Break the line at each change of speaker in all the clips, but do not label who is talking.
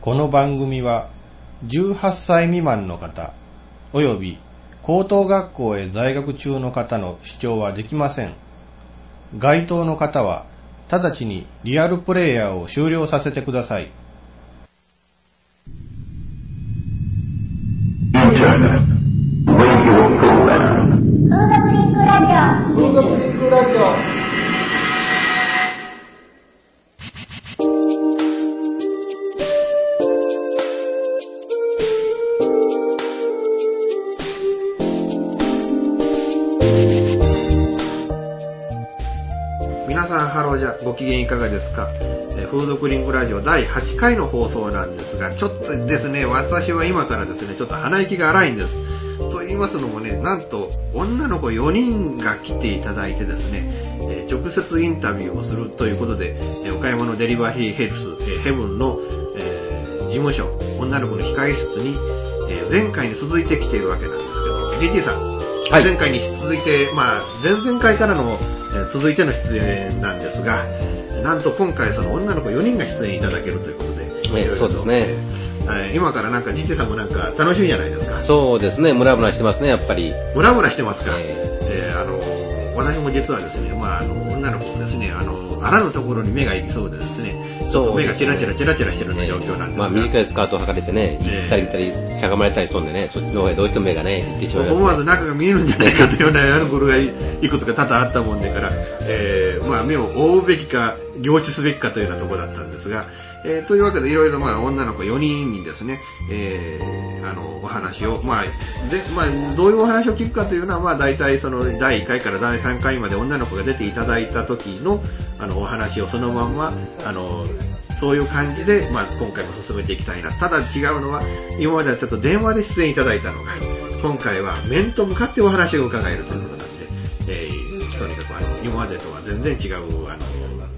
この番組は18歳未満の方および高等学校へ在学中の方の視聴はできません該当の方は直ちにリアルプレイヤーを終了させてください
Internet. Radio Cooldown.
フードブリックラジオ。
皆さんハローじゃご機嫌いかがですか、えーフードクリングラジオ第8回の放送なんですがちょっとですね私は今からですねちょっと鼻息が荒いんですと言いますのもねなんと女の子4人が来ていただいてですね、えー直接インタビューをするということで、えーお買い物デリバリーヘルス、えーヘブンの、えー事務所女の子の控え室に、えー前回に続いて来ているわけなんですけど DT さん
はい
前回に引き続いて、まあ、前々回からの、えー続いての出演なんですが、なんと今回その女の子4人が出演いただけるということで、
え
いろいろと
そうですね。
はい、今からなんか、ジッチさんもなんか楽しみじゃないですか。
そうですね、ムラムラしてますね、やっぱり。
ムラムラしてますから、
え
えーあのー、私も実はですね、まあ、あの、女の子もですね、あの、あらぬところに目が行きそうでですね、ちょっと目がチラチラチラチラしてるような状況なんですが、
まあ短いスカートを履かれてね、
ええ
行ったり来たり、しゃがまれたりしとんでね、そっちの方へどうしても目がね、行ってしまいます、
思
ね。
わず中が見えるんじゃないかというようなアルコールがいくつか多々あったもんでから、えーまあ、目を覆うべきか凝視すべきかというようなところだったんですが、えーというわけでいろいろまあ女の子4人にですね、えーあのお話を、まあでまあ、どういうお話を聞くかというのは、まあ、大体その第1回から第3回まで女の子が出ていただいた時のあのお話をそのまんまあのそういう感じで、まあ、今回も進めていきたいな。ただ違うのは、今まではちょっと電話で出演いただいたのが、今回は面と向かってお話を伺えるということなんで、えーとにかくあの、今までとは全然違う、あ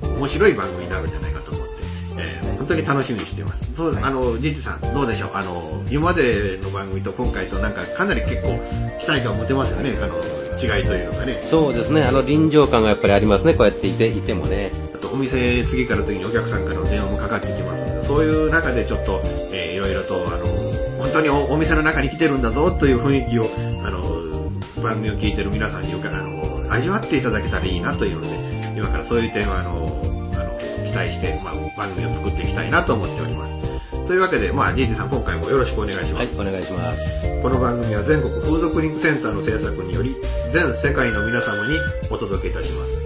の、面白い番組になるんじゃないかと思って、えー本当に楽しみにしています。そう、あの、ジッチさん、どうでしょうあの、今までの番組と今回となんかかなり結構期待感を持てますよね、あの、違いというのがね。
そうですね、あの臨場感がやっぱりありますね、こうやっていていてもね。
あとお店次から次にお客さんからの電話もかかってきますのでそういう中でちょっと、えーいろいろとあの本当におお店の中に来てるんだぞという雰囲気をあの番組を聞いてる皆さんにうかあの味わっていただけたらいいなというので今からそういう点はあのあの期待して、まあ、番組を作っていきたいなと思っておりますというわけで、まあ、ジージさん今回もよろしくお願いしま
はい
す、、
お願いします。
この番組は全国風俗リンクセンターの制作により全世界の皆様にお届けいたします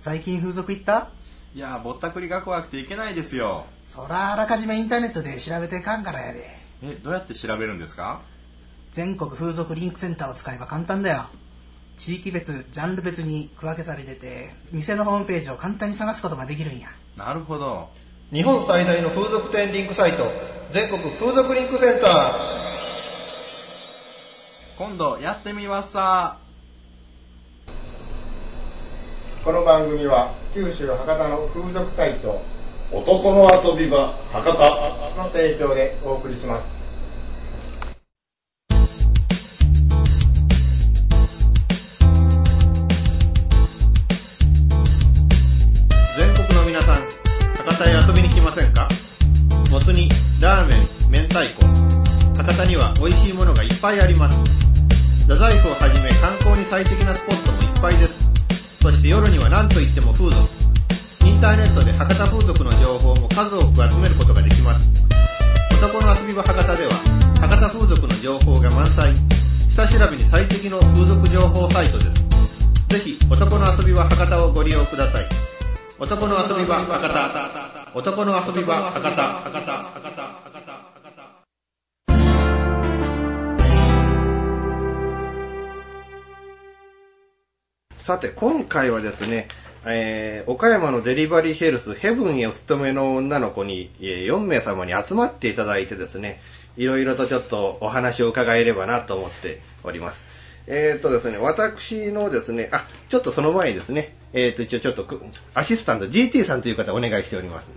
最近風俗行った
いやーぼったくりが怖くていけないですよ
そらあらかじめインターネットで調べてかんからやで
えどうやって調べるんですか
全国風俗リンクセンターを使えば簡単だよ地域別ジャンル別に区分けされてて店のホームページを簡単に探すことができるんや
なるほど
日本最大の風俗店リンクサイト、全国風俗リンクセンター。
今度やってみますさ
この番組は、九州博多の風俗サイト
男の遊び場博多
の提供でお送りします。全国の皆さん、博多へ遊びに来ませんかもつ煮、ラーメン、明太子。博多には美味しいものがいっぱいあります。太宰府をはじめ観光に最適なスポットもいっぱいです。そして夜には何といっても風俗。インターネットで博多風俗の情報も数多く集めることができます。男の遊び場博多では、博多風俗の情報が満載。下調べに最適の風俗情報サイトです。ぜひ、男の遊び場博多をご利用ください。男の遊び場博多。男の遊び場博多。博多。博多。博多。博多。さて、今回はですね、えー岡山のデリバリーヘルスヘブンへお勤めの女の子に、え4名様に集まっていただいてですね、いろいろとちょっとお話を伺えればなと思っております。えっ、とですね、私のですね、あ、ちょっとその前にですね、えっ、と、一応ちょっとく、アシスタント GT さんという方お願いしております。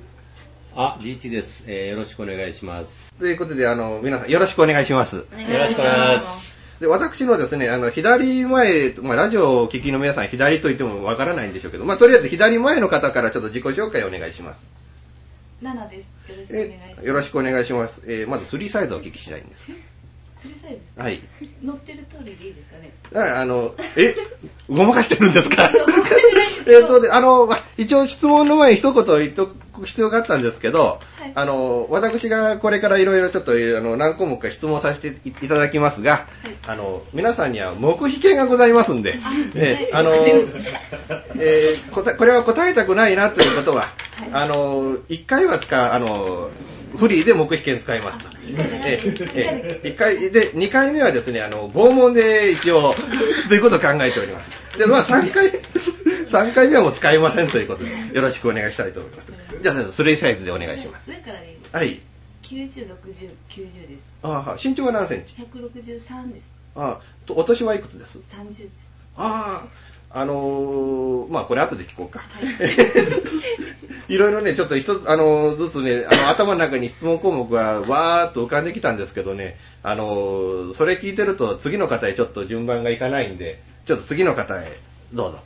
あ、リーチです。えーよろしくお願いします。
ということで、あの、皆さんよろしくお願いします。
よろしくお願いします。
で、私のですね、あの、左前、まあ、ラジオをお聞きの皆さん、左と言ってもわからないんでしょうけど、まあ、とりあえず左前の方からちょっと自己紹介をお願いします。
ナナです。よろしくお願いします。
えよろしくお願いします。えーまずスリーサイズをお聞きしたいんです。
釣りサイズ。
はい。
乗ってる通りでいいですかね。
だからあの、え、ごまかしてるんですか
ごまかしてないです
えっと、であの、ま一応質問の前に一言言っとく必要があったんですけど、
い
あの、私がこれからいろいろちょっと、えーあの、何項目か質問させていただきますが、あの、皆さんには黙秘権がございますんで、えーあの、えー答えこれは答えたくないなということは、あの、一回は使う、あの、フリーで黙秘権使いますと。えーえー一回で、二回目はですね、あの、拷問で一応、ということを考えております。で、まあ三回、 三回目はもう使いませんということで、よろしくお願いしたいと思います。じゃあ、スリーサイズでお願いします。
上からでいいです。
はい。
90、60、90です。
あー身長は何センチ
163です。
あーとお年はいくつです
30です。
ああ、あのーまあこれ後で聞こうか。、
はい
ろいろね、ちょっと一つ、あのーずつね、あの、頭の中に質問項目がわーっと浮かんできたんですけどね、あのーそれ聞いてると次の方へちょっと順番がいかないんで、ちょっと次の方へ、どうぞ。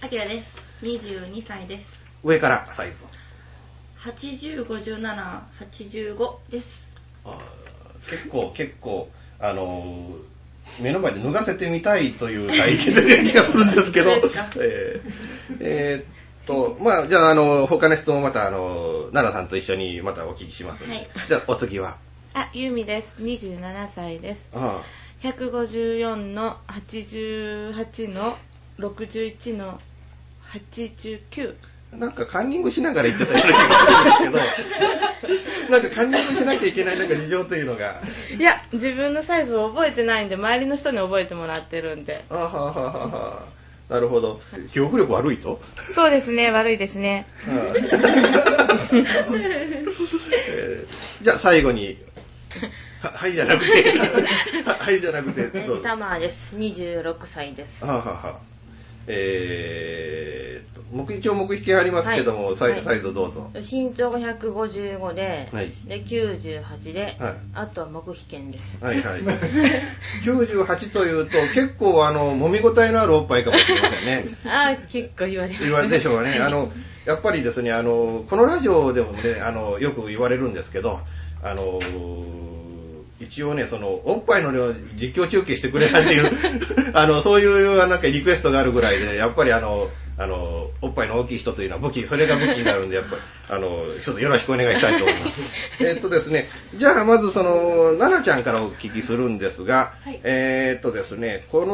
あきらです。22歳です。
上からサイズを。
80、57、85です。
あー結構、結構、あのー目の前で脱がせてみたいという体験で気がするんですけど、えーえーっと、まあ、じゃあ、あのー他の質問また、あのー奈良さんと一緒にまたお聞きしますんで、
はい
じゃあ、お次は。
あ、ゆみです。27歳です。
あ
154の88の61の89。
ーなんかカンニングしながら言ってたような気がするんですけ ど、なんかカンニングしなきゃいけないなんか事情というのが、
いや、自分のサイズを覚えてないんで、周りの人に覚えてもらってるんで。
あーはーはーはーはーなるほど。記憶力悪いと
そうですね、悪いですね。
えーじゃあ最後に、ははいじゃなくて、ははいじゃなくて、どうぞ。
タマーです。26歳です。
はあはあはあえーっと、目一応目撃ありますけども、
はい
サイ
はい
再度どうぞ。
身長が155で、
はい
で98で、
はい
あとは黙秘権です。
はい はい。98というと、結構あの、揉み応えのあるおっぱいかもしれませんね。
あー結構言われます。
言われでしょうかね。あの、やっぱりですね、あの、このラジオでもね、あの、よく言われるんですけど、あの、一応ね、その、おっぱいの量実況中継してくれないっていう、 あの、そういう、なんかリクエストがあるぐらいで、やっぱりあの、あの、おっぱいの大きい人というのは武器、それが武器になるんで、やっぱり、あの、一つよろしくお願いしたいと思い ます。えっとですね、じゃあまずその、奈々ちゃんからお聞きするんですが、
はい
えーっとですね、こ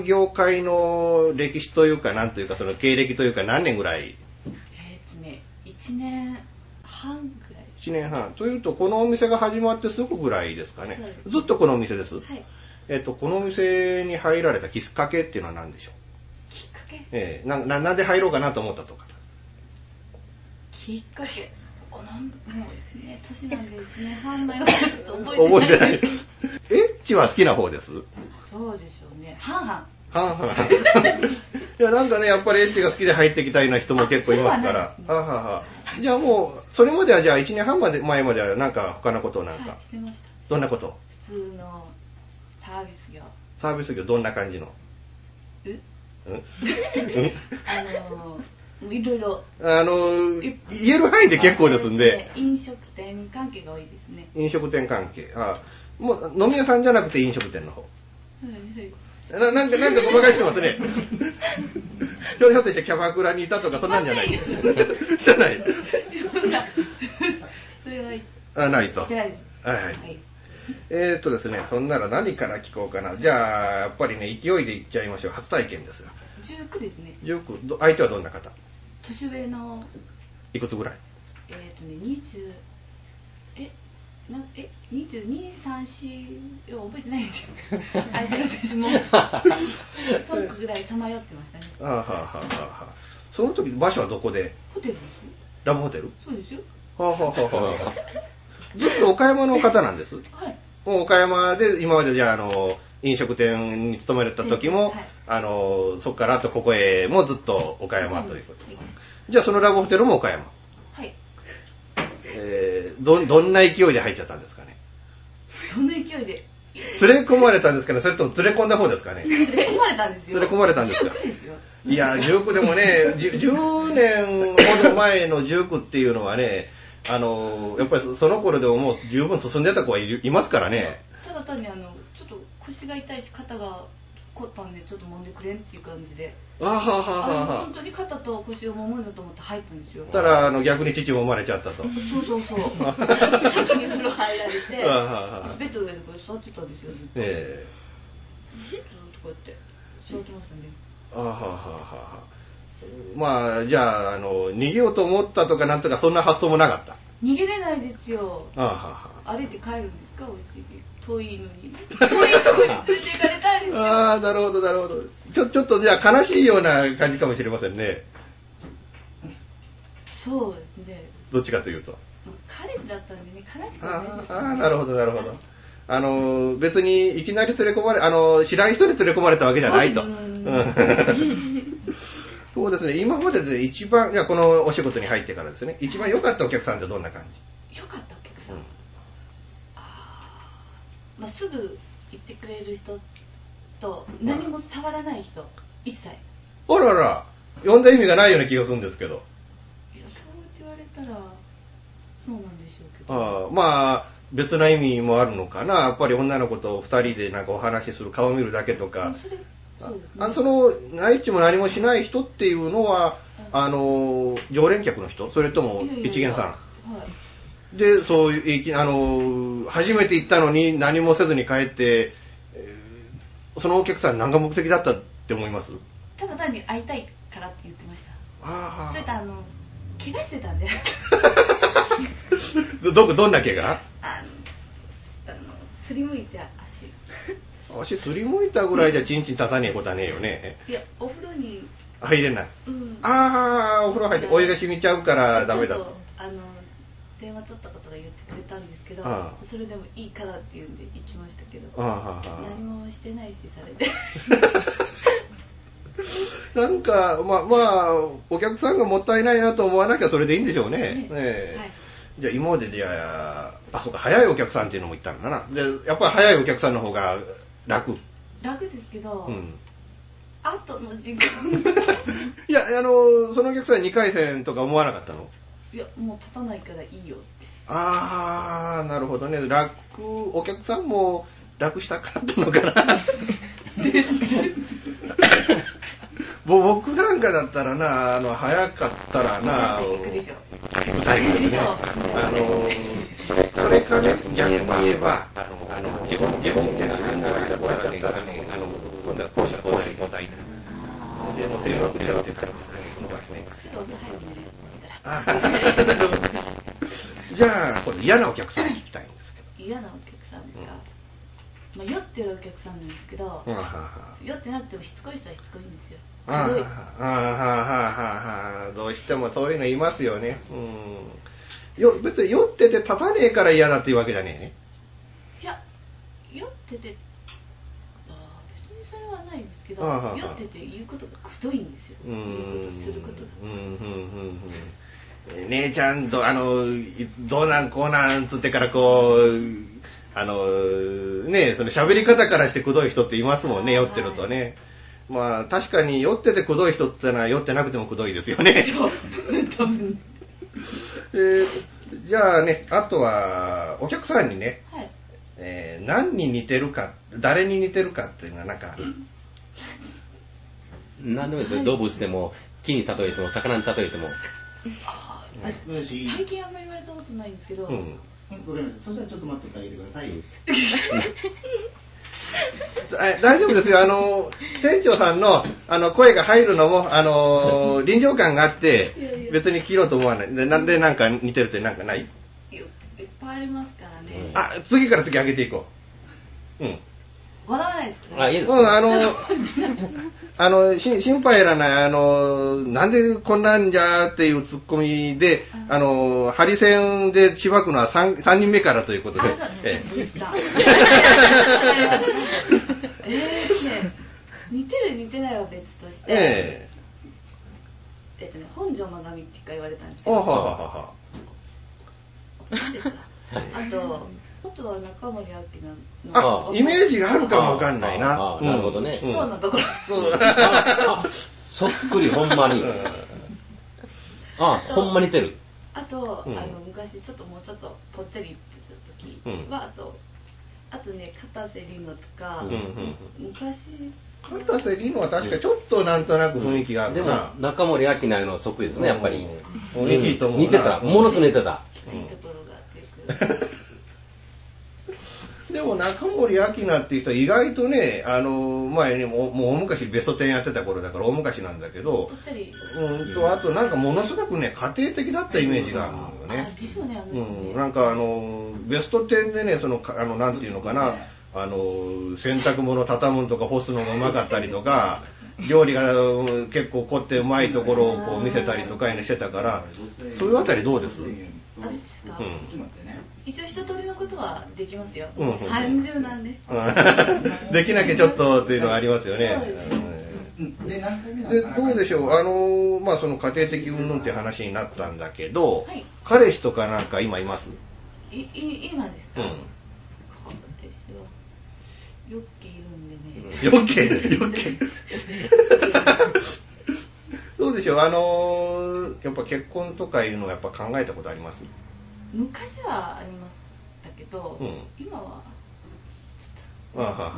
の業界の歴史というか、なんというか、その経歴というか、何年ぐらい
えーっとね、1年半ぐらい。
?1 年半。というと、このお店が始まってすぐぐらいですかね。
はい
ずっとこのお店です。
はい。
えーっと、このお店に入られたきっかけっていうのは何でしょう
きっかけ
えーな、な、なんで入ろうかなと思ったとか。
きっかけ。おなんもうね、年なんで1年半前はちょっと覚
覚
え
えて
てな
ない い
で。
ですす。えっちは好きな方です
どうでしょうね。半々。
はんはんはん いや、なんかね、やっぱりエッチが好きで入ってきたような人も結構いますから。は
あそう
あはあはあじゃあもう、それまではじゃあ1年半まで前まではなんか他のことをなんか、
はい、してました。
どんなこと
普通のサービス業。
サービス業どんな感じの
え
ん
あのー、いろいろ。
あの、言える範囲で結構ですんで、
飲食店関係が多いですね。
飲食店関係。あもう飲み屋さんじゃなくて飲食店の方。ななんか、なんかごまかしてます ね。ひょひょっとしてキャバクラにいたとか、そんなんじ ゃない。じゃない。
それは言っ
あ、ないと。
てないです。
はいはい
はい。
えー、っとですね、そんなら何から聞こうかな。じゃあ、やっぱりね、勢いでいっちゃいましょう。初体験ですよ。
19ですね。
よく、ど相手はどんな方
年上の、
いくつぐらい
えっ、とね、20、え、なえ、22、3、4、覚えてないんですよ。相手の私も、そんくぐらいさまよってましたね。
あーはーはーはーはその時場所はどこで
ホテルですよ
ラブホテル
そうですよ
はあ、はあはあはあ、 ずっと岡山の方なんです。
はい
岡山で今までじゃああの飲食店に勤めてた時も、
はい
あのそこからあとここへもずっと岡山ということ、じゃあそのラブホテルも岡山、
はい
えー、どどんな勢いで入っちゃったんですかね
そんな勢い で
連れ込まれたんですかねそれとも連れ込んだ方ですかね
連れ込まれたんですよ
連れ込まれたんですか
19ですよ
いや、19でもね、じゅ 10, 年ほど前の19っていうのはね、あの、やっぱりその頃でももう十分進んでた子はいるいますからね。
ただ単にあのちょっと腰が痛いし肩が凝ったんでちょっと揉んでくれんっていう感じで
あはは
あの
はは
本当に肩と腰を揉むんだと思って入ったんですよ
たら、あの、逆に父も生まれちゃったと。
そうそうそう先に風呂入られて
あはは
ベッドの上でこう座ってたんですよずっと
え
ずっとこうやって座ってましたね
えあははははまあ、じゃあ、あの、逃げようと思ったとかなんとかそんな発想もなかった。
逃げれないですよ
あは
歩いて帰るんですかお家に遠いのに遠いとこに連れて行かれたんです
は
よ
は。ああ、なるほど、なるほど。ちょ、ちょっとじゃあ悲しいような感じかもしれませんね。
そうですね
どっちかというと。
彼氏だったんでね悲しくはない
あ
です
ーあー、なるほど、なるほど。あの、別にいきなり連れ込まれ、あの、知らん人に連れ込まれたわけじゃないと。
う
うん んそうですね、今までで一番、いや、このお仕事に入ってからですね、一番良かったお客さんってどんな感
よかったお客
じ
さん、まあ、すぐ行ってくれる人と何も触らない人一切いや
あらら、呼んだ意味がないような気がするんですけど。
そう言われたらそうなんでしょうけど
あーまあ、別な意味もあるのかな。やっぱり女の子と二人でなんかお話しする顔見るだけとか。
それそうですね
あその内地も何もしない人っていうのは、あの常連客の人それとも
いやいやいや
一元さ
はい
んでそういういきあの初めて行ったのに何もせずに帰って、えーそのお客さん何が目的だったって思います
ただ単に会いたいからって言ってました
あ
それとあの怪我してたんで
どどこどんだけが
あのあのすりむいて足
足すりむいたぐらいじゃちんちん立たねえことはねえよね
いやお風呂に
入れない
うん
ああお風呂入ってお湯が染みちゃうからダメだ
ちょっとあの電話取ったことが言ってくれたんですけど
ああ
それでもいいからって言うんで行きましたけど
ああ
何もしてないしされ て
なんか、まあ、まあ、お客さんがもったいないなと思わなきゃそれでいいんでしょうね。
ね
ねえ
はい
じゃあ、今までじゃあ、あ、そうか、早いお客さんっていうのもいったんだな。で、やっぱり早いお客さんの方が楽。
楽ですけど、
うん。
後の時間が
いや、あの、そのお客さん2回戦とか思わなかったの
いやもう立たないからいいよって
あー、なるほどね。楽、お客さんも楽したかったのか な。ぼ僕なんかだったらな、あの、早かったらな、
行くでしょ
タイプですね。
そう
あのーそれかね、逆に言えば、あの、あの、自分、自分で判断したこうやってからね、あの、今度は校舎、校舎に交代。でも、性格でやってたんですね、その場合ね。
すぐお風呂入るね
あ ーじゃあ、この嫌なお客さん聞きたいんですけど。
嫌なお客さんですか、まあ、酔ってるお客さんなんですけど、
あはは
酔ってなくてもしつこい人はしつこいんですよ
あは
すごい
はははどうしてもそういうのいますよね。うん。よ、別に酔ってて立たねえから嫌だっていうわけじゃねえね。
いや酔っててあー別にそれはないんですけど
ああ
酔ってて言うことがくどいんですよ
う
言う
ー
こと
ん
することが
うんうんうんうん姉ちゃんとあのいどうなんこうなんつってからこうあのねその喋り方からしてくどい人っていますもんね
はい
酔ってるとねまあ確かに酔っててくどい人ってのは酔ってなくてもくどいですよね、
そう 多分
えーじゃあねあとはお客さんにね、
はい
えー何に似てるか誰に似てるかっていうのはなんか
なんでもいいですよ。動物でも、木に例えても、魚に例えても。
あーあれ最近あんまり言われたことないんですけど、
うん
わかりました。そしたらちょっと待っててあげてください。
え大丈夫ですよ。あの、店長さんの、あの、声が入るのも、あの、臨場感があって
いやい、や
別に切ろうと思わない。で、なんでなんか似てるってなんかない
いやいっぱいありますからね、
うん
あ、次から次上げていこう。うん。
笑わないですか
あ、いいで
う
す
ん、あの、あの、し心配いらない、あの、なんでこんなんじゃっていうツッコミで、あの、ハリセンで千葉区のは 3, 3人目からということで。
あ、そう
え
ね。
え
ちさん。えーね、似てる似てないは別として、
え
えっとね、本上まなみって一回言われたんです
え
け
お
ど、
は
あ
ははは
と、あとは中森明菜の
あ、イメージがあるかもわかんないな。
ああなるほどね
うん
そうなところ。
そう
そっくり、ほんまに。あ、ほんまに似てる。
あと、
うん
あの昔ちょっともうちょっとぽっちゃりって言ってた時は、あとあとね片瀬里乃とか、
うんうんうん
昔
片瀬里乃は確かちょっとなんとなく雰囲気があ
で
る
も
な、。
中森明菜のそっくりですね、やっぱり。
うんいいと思うな
似てた。ものすごい似てた。
きついところがあってくる、
でも中森明菜っていう人は意外とね、あの、前にも、もう大昔ベスト10やってた頃だから大昔なんだけど
ぽ、っちゃり、
うんと、あとなんかものすごくね、家庭的だったイメージがあるんだよ
あ
ね。
でしょうねあの人ね、
うん、なんかあの、ベスト10でね、その、かあの、なんていうのかな、あの、洗濯物畳むのとか干すのがうまかったりとか、料理がうん結構凝ってうまいところをこう見せたりとかいうのしてたから、そういうあたりどうです
あれですか、
うん
一応一通りのことはできますよ、
うんうん
30なんで、
うん できなきゃちょっとっていうのはありますよね
そうです。
うんで、何回目な
で
のかな
どうでしょう、あのまあ、その家庭的云々って話になったんだけど、
はい
彼氏とかなんか今います
いい今です
う
か、
ん。
これですよよっけいるんでね、
余計、余計。どうでしょう、あのやっぱ結婚とかいうのはやっぱ考えたことあります
昔はありましたけど、
うん
今は、
あははははなる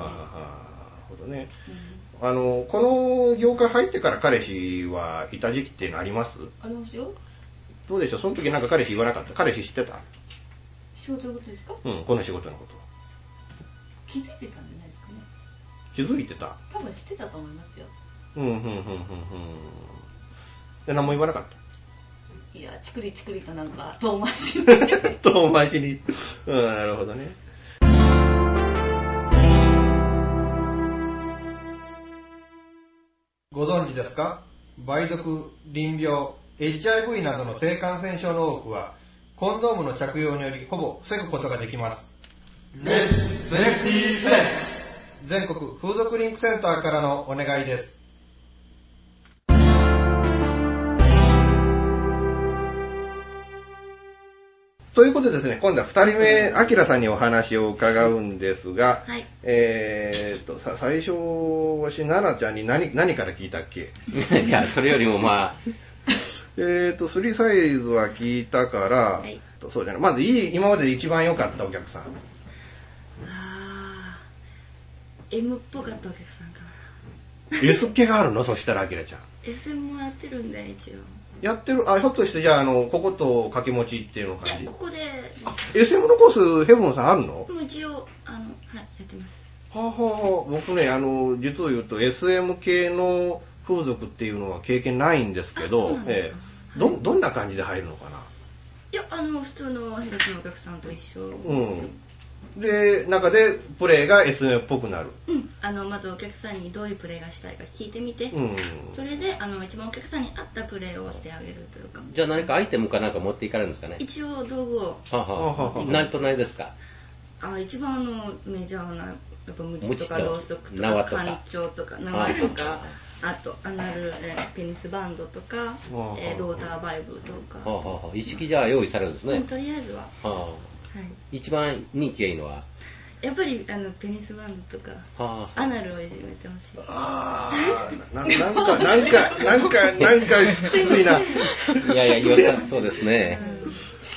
ほどね。あの、この業界入ってから彼氏はいた時期っていうのあります
ありますよ
どうでしょう、その時なんか彼氏言わなかった彼氏知ってた
仕事のことですか、
うん、この仕事のこと。
気づいてたんじゃないですかね
気づいてた
多分知ってたと思いますよ
うんうんうんうんうんで何も言わなかっ
いやチクリチクリとなんか遠回 しに
た遠回しにうんなるほどね
ご存知ですか梅毒、淋病、HIV などの性感染症の多くは、コンドームの着用によりほぼ防ぐことができます。Let's Safety Sex! 全国風俗リンクセンターからのお願いです。
ということでですね今度は2人目あきらさんにお話を伺うんですが、
はい
えーっとさ最初はし奈々ちゃんに何何から聞いたっけ
いや、それよりもま
えーっと3サイズは聞いたから、
はい
とそうじゃないまずいい今までで一番良かったお客さん
あー M っぽかったお客さんかな
S っ気があるのそしたらあきらちゃん
SM もやってるんで一応
やってるあひょっとしてじゃああのここと掛け持ちっていうの
い
感
や
じ
ここでです
あ SM のコースヘブンさんあるの、
もう一応あのはいやってます
はあはあはあ僕ねあの実を言うと SM 系の風俗っていうのは経験ないんですけ
あそう
ど
なんです
え
か
えどどんな感じで入るのかない
やあの普通のヘラスのお客さんと一緒です
う
よ、
んで中でプレイが SM っぽくなる
うん、あのまずお客さんにどういうプレーがしたいか聞いてみて、
うん
それであの一番お客さんに合ったプレーをしてあげるというか
あ、じゃあ何かアイテムかなんか持っていかれるんですかね。
一応道具を
はあはあ、何と何ですか
あ一番あのメジャーなやっぱムチとか
ムチと
ろうそくと
縄
か
とか
干潮とか縄と
は
かあとアナルえーペニスバンドとか、
はあ
えーローターバイブとか、
はあはあはあ、一式じゃあ用意されるんです
うん
ね。
とりあえずは、は
はあ、
い、
一番人気がいいのは、
やっぱりあのペニスバンドとか
はあ
アナルをいじめてほしい
ああななんかなんかなんかなんかきついない
やいや、良さそうですね。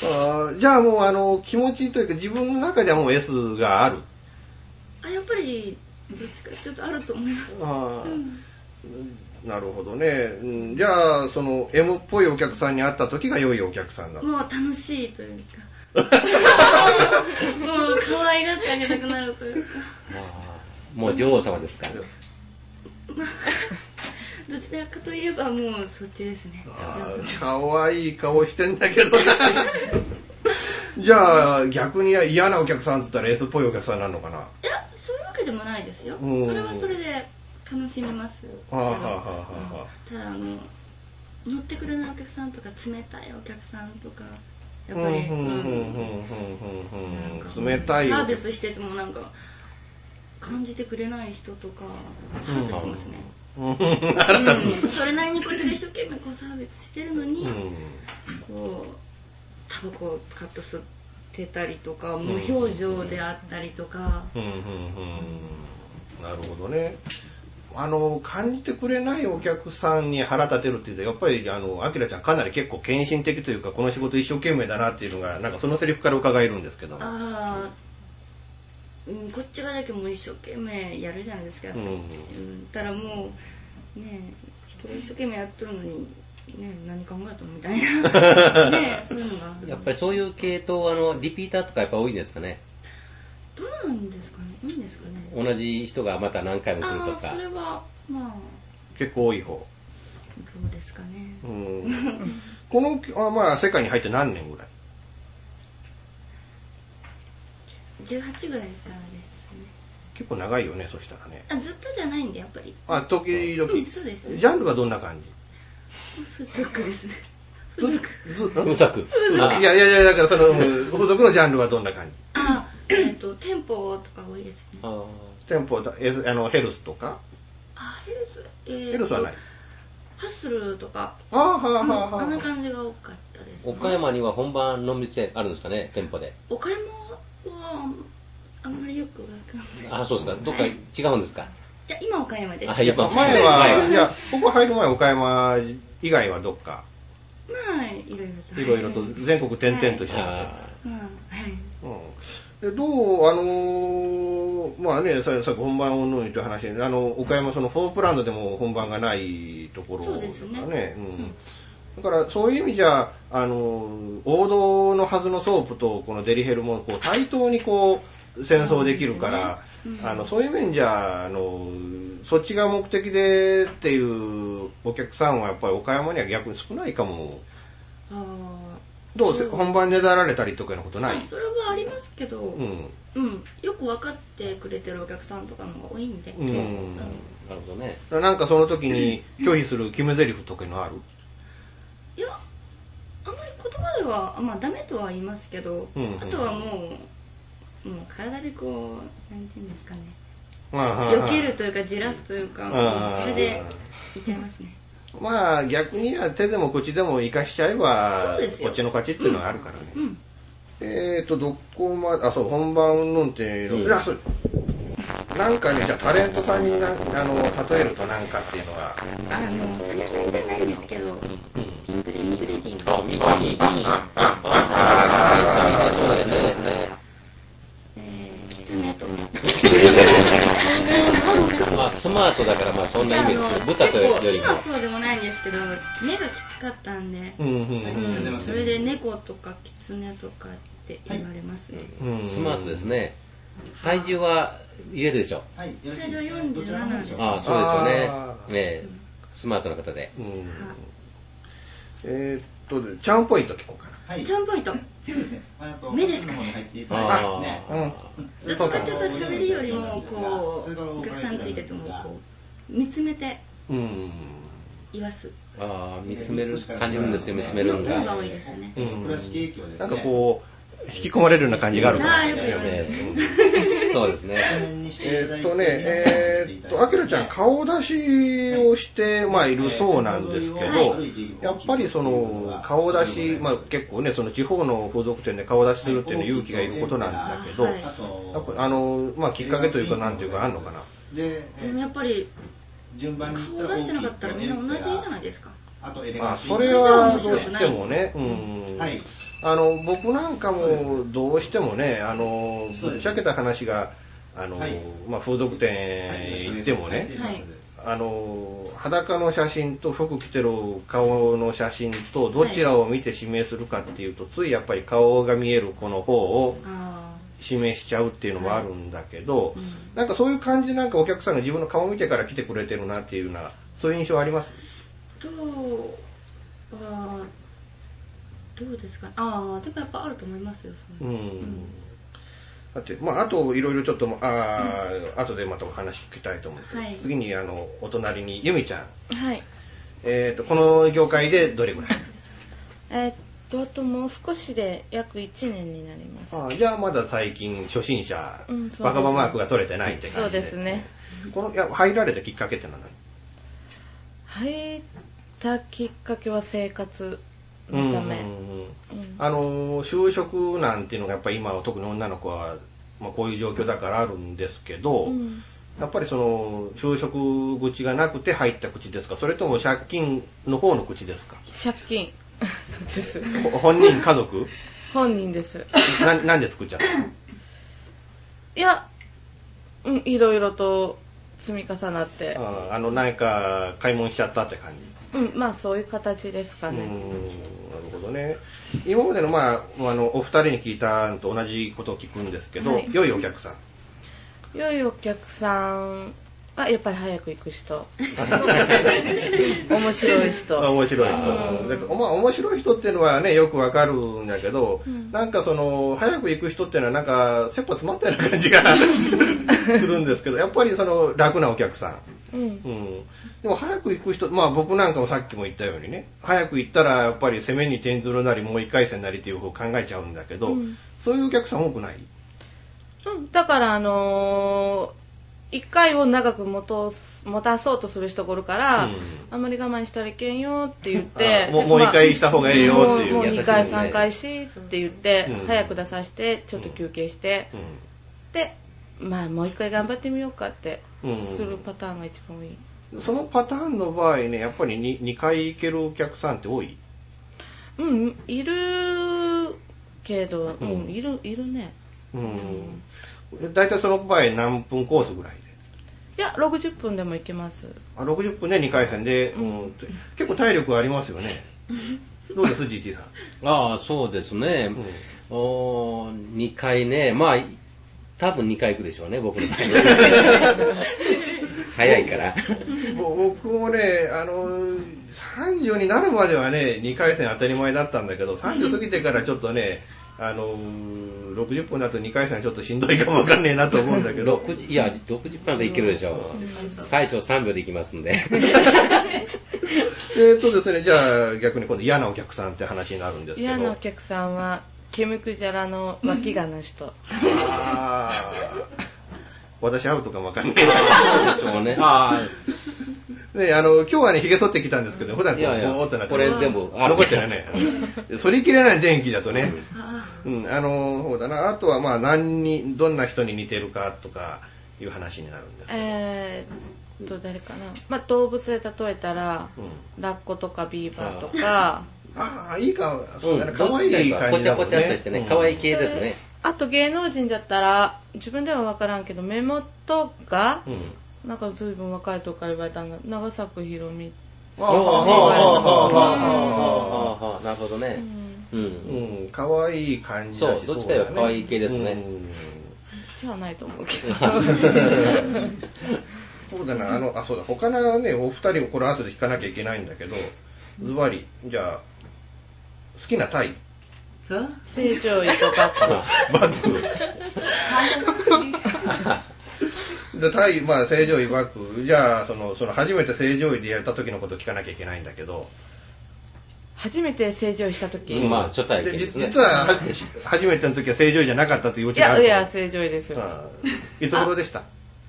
あーじゃあもうあの気持ちというか自分の中ではもう S がある
あやっぱりどっちかちょっとあると思い ます
ああ、なるほどね、うんじゃあその M っぽいお客さんに会った時が良いお客さんだと
もう楽しいというか もう可愛がってあげたくなるというか
ああもう女王様ですから。
まあどちらかといえばもうそっちですね
ああかわいい顔してんだけどな じゃあ逆に嫌なお客さんって言ったら S っぽいお客さんになるのかない
やそういうわけでもないですよ
うん
それはそれで楽しみます
あーはあはあはあは
ただあの乗ってくれないお客さんとか冷たいお客さんとかやっ
う
ぱり、
んうんうんうんうんうん冷たい
サ
よ
ービスしててもなんか感じてくれない人とか腹立ちます
う
ね、
ん腹立つ
うんそれなりにこっちが一生懸命こうサービスしてるのに、
うん
こうタバコをカッと吸ってたりとか無表情であったりとか、
うんうんうんなるほどねあの感じてくれないお客さんに腹立てるっていうとやっぱりあのアキラちゃんかなり結構献身的というかこの仕事一生懸命だなっていうのがなんかそのセリフから伺えるんですけども
ああ、うん、こっち側だけもう一生懸命やるじゃないですか、
うんうん
たらもうねえ人が一生懸命やっとるのにねえ何考えとるみたいなねえそういうのがある
やっぱりそういう系統、あの、リピーターとかやっぱ多いんですかね。
どうなんですかねいいんですかね
同じ人がまた何回も来
あ
る
あ
と
そ
か。
れはまあ
結構多い方
どうですかね
うんこのあまあ世界に入って何年ぐらい
18ぐらいからですね
結構長いよねそしたらね
あずっとじゃないんでやっぱり
あ時々、
うんそうです
ジャンルはどんな感じ
不足ですね
う
さく。
いやいやいや、だからその、付属のジャンルはどんな感じ
ああえっ、と店舗とか多いですね
店舗だ、えあの、ヘルスとか
あヘルス、えーと
ヘルスはない。
ハッスルとか
あはあはあはあ
うんあんな感じが多かったですね
岡山には本場の店あるんですかね、店舗で。
岡山はあんまりよくわかんない
あ、そうですか。どっか
はいい
違うんですか。
や今岡山です
あやっぱ
前
前
は、
はい
や、ここ入る前、岡山以外はどっか、
まあいろいろと
いろいろと全国転々として
はい
た。
まあはい
うんでどう、あのーまあね、ささっき本番をのにという話で、あの、岡山、その、フォープランドでも本番がないところ
そうですね
だねうん。だから、そういう意味じゃ、あのー王道のはずのソープと、このデリヘルも、こう、対等にこう、戦争できるから、
そうですねうん
あの、そういう面じゃ、あのーそっちが目的でっていうお客さんは、やっぱり岡山には逆に少ないかも。
あ
どうせ、本番ねだられたりとかのこと
ー
ない
あそれはありますけど、
うん。
うんよく分かってくれてるお客さんとかの方が多いんで、
うん
うん
なるほどね。
なんかその時に拒否する決め台詞とかいうのある
いやあんまり言葉ではまあダメとは言いますけど、
うんうん
あとはもうもう体でこうなんていうんですかね避
避
けるというかじらすというか
あー
それでいっちゃいますね
まあ逆には手でも口でも生かしちゃえば
そうですよ
こっちの勝ちっていうのがあるからね、
うん
えーとどこまであそう本番うんぬんっていうの、
うん
あそうなんかねじゃあタレントさんになあの例えるとなんかっていうのは
あのそんな感じじゃないんですけどピンクレディーレディーのえーキツネとか
まあ、スマートだから、まあ、そんなイメー
結
ジ。豚とよ
構
り
今
も
は。そうでもないんですけど目がきつかったんで、
うんうん
うんそれで猫とかキツネとかって言われますね、
うん
スマートですね。体重は入れるでしょ。
はい、よろしい
体重
どちらの方
47
で
で
し
す
ょう
ああ、そうですよ
あ
ね。ねえスマートな方で。
うん、えーとちゃんぽいと聞こうかな
はい
ちゃんぽいと
手ですね。あやっぱ
目ですか
奥の
ね
方に入っていただいて
あ
どっちかというと喋るよりもこうお客さんについててもこう見つめて
うん
言わす
ああ、見つめる、感じるんですよ、見つめるん
の
が。
が多いですね
う
プラス影響ですね
なんかこう引き込まれるような感じがあるから
あーよく言われる
そうですね。
えーっとね、えーっと、アキラちゃん、顔出しをして、まあ、いるそうなんですけど、やっぱりその、顔出し、まあ、結構ね、その地方の風俗店で顔出しするっていうのは勇気がいることなんだけど、
はい
あと
やっぱあの、まあ、きっかけというか、なんていうか、あるのかな。
で、
でもやっぱり
順番に行
顔出してなかったらみんな同じじゃない
で
ですか
あとエレ
ま
ガ
あ、
ンシ
そ
ー
れはどうしてもね、うん。
はい
あの、僕なんか
そうですね
も、どうしてもね、あの、
そう
ぶ
で
っ
す
ちゃけた話が、あの
はい、
まあ、風俗
はい
店行ってもね、
はい
あの裸の写真と服着てる顔の写真とどちらを見て指名するかっていうと、ついやっぱり顔が見えるこの方を
あ
指名しちゃうっていうのもあるんだけど、
うん
なんかそういう感じでなんかお客さんが自分の顔を見てから来てくれてるなっていうようなそういう印象あります
あとはどうですかああでもやっぱあると思いますよそ
うん、
の
だって、まあ、あといろいろちょっと、ああ、後でまたお話聞きたいと思うんですけど、
はい
次に、あの、お隣に、ゆみちゃん。
はい。
えっ、と、この業界でどれぐらい
えーっと、あともう少しで約1年になります。
あーじゃあまだ最近初心者、
うんそうです
バカバマークが取れてないって
そ
感
う
じで
ですね。
このいや入られたきっかけってのは
入ったきっかけは生活
何
のため。
うんあのー就職なんていうのがやっぱり今は特に女の子は、まあ、こういう状況だからあるんですけど、
うん
やっぱりその就職口がなくて入った口ですかそれとも借金の方の口ですか
借金です。
ほ本人家族
本人です。
ななんで作っちゃったの
いや、うん、いろいろと積み重なって、
あーあの何か買い物しちゃったって感じ
うん、まあそういう形ですか
うー
ね。
んなるほどね。今までの、まあ、あの、お二人に聞いたのと同じことを聞くんですけど、
はい
良いお客さん。
良いお客さんはやっぱり早く行く人。面白い人。
あ面白い人。でまあ、面白い人っていうのはね、よくわかるんだけど、
うん
なんかその、早く行く人っていうのはなんか、切羽詰まったような感じ がするんですけど、やっぱりその、楽なお客さん。
うん。
うん、でも早く行く人、まあ僕なんかもさっきも言ったようにね、早く行ったらやっぱり攻めに転ずるなり、もう一回戦なりっていう方を考えちゃうんだけど、
うん
そういうお客さん多くない
うんだから、あのー一回を長く持とうす持たそうとする人がおるから、
うん
あんまり我慢したらいけんよって言っ
あ
て、
もうもう一回した方がいいよっていう
もうも
優
う
しいで
2回、
すね
3回しって言って、
うん
早く出させて、ちょっと休憩して、で、まあもう一回頑張ってみようかって
うん
するパターンが一番多い。
そのパターンの場合ね、やっぱり 2, 回行けるお客さんって多い
うん、いるけど、うん、いる、いるね。
うん。大体その場合何分コースぐらいで
いや、60分でも行けます。
あ ?60 分で2回戦で、うん結構体力ありますよね。どうです、GT さん。
ああ、そうですね。お2回ね、まあ、多分2回行くでしょうね、僕の場合は早いから。
ぼ僕もね、あの、30になるまではね、2回戦当たり前だったんだけど、30過ぎてからちょっとね、あの、60分だと2回戦はちょっとしんどいかもわかんねえなと思うんだけ ど。
いや、60分でいけるでしょう。最初3秒でいきますんで。
えっとですね、じゃあ逆に今度嫌なお客さんって話になるんですけど。
嫌なお客さんは、ケムクジャラの脇がの人。
あー私アウトかもわかんない。
そうでしょうね。あ
ね、あの、今日はね、髭剃ってきたんですけど、普段こう、
い
ぼ
やいや
ーっとなって
こ
る
れ全部あ
残ってるね。 剃りきれない電気だとね。うん、あの、そうだな。あとは、まあ、何に、どんな人に似てるかとか、いう話になるんです。
えーっと、誰かな。まあ、動物で例えたら、
う
ラッコとかビーバーとか、
ああ、いいか、そうだね。
うん
可愛い感じだもんね。
こちゃこちゃっとしてね
うん
可愛い系ですね。
あと芸能人だったら、自分では分からんけど、目元が、
うん。
なんか随分若い時から言われたんだ長作ひろみ
ああ、ああ、ああ、ああ、ああ。
ああ、なるほどね。う
う
ん。
ん、可愛い感じだし、
そうどっちかよりは可愛い系ですね
うん
じゃあないと思うけど
そうだな、あの、あ、そうだ、他のね、お二人をこれ後で聞かなきゃいけないんだけど、ズバリ、じゃあ、好きなタイ
成長位とか
バッグ。じゃあタイ、まあ、正常位バッグ。じゃあ、その、その、初めて正常位でやった時のこと聞かなきゃいけないんだけど、
初めて成長した時、
まあ、初体験
で
ですね。
実は、は初めての時は正常位じゃなかったというう
い
ちがあ
や
る
い
と
や成長位ですよ
うんいつ頃でした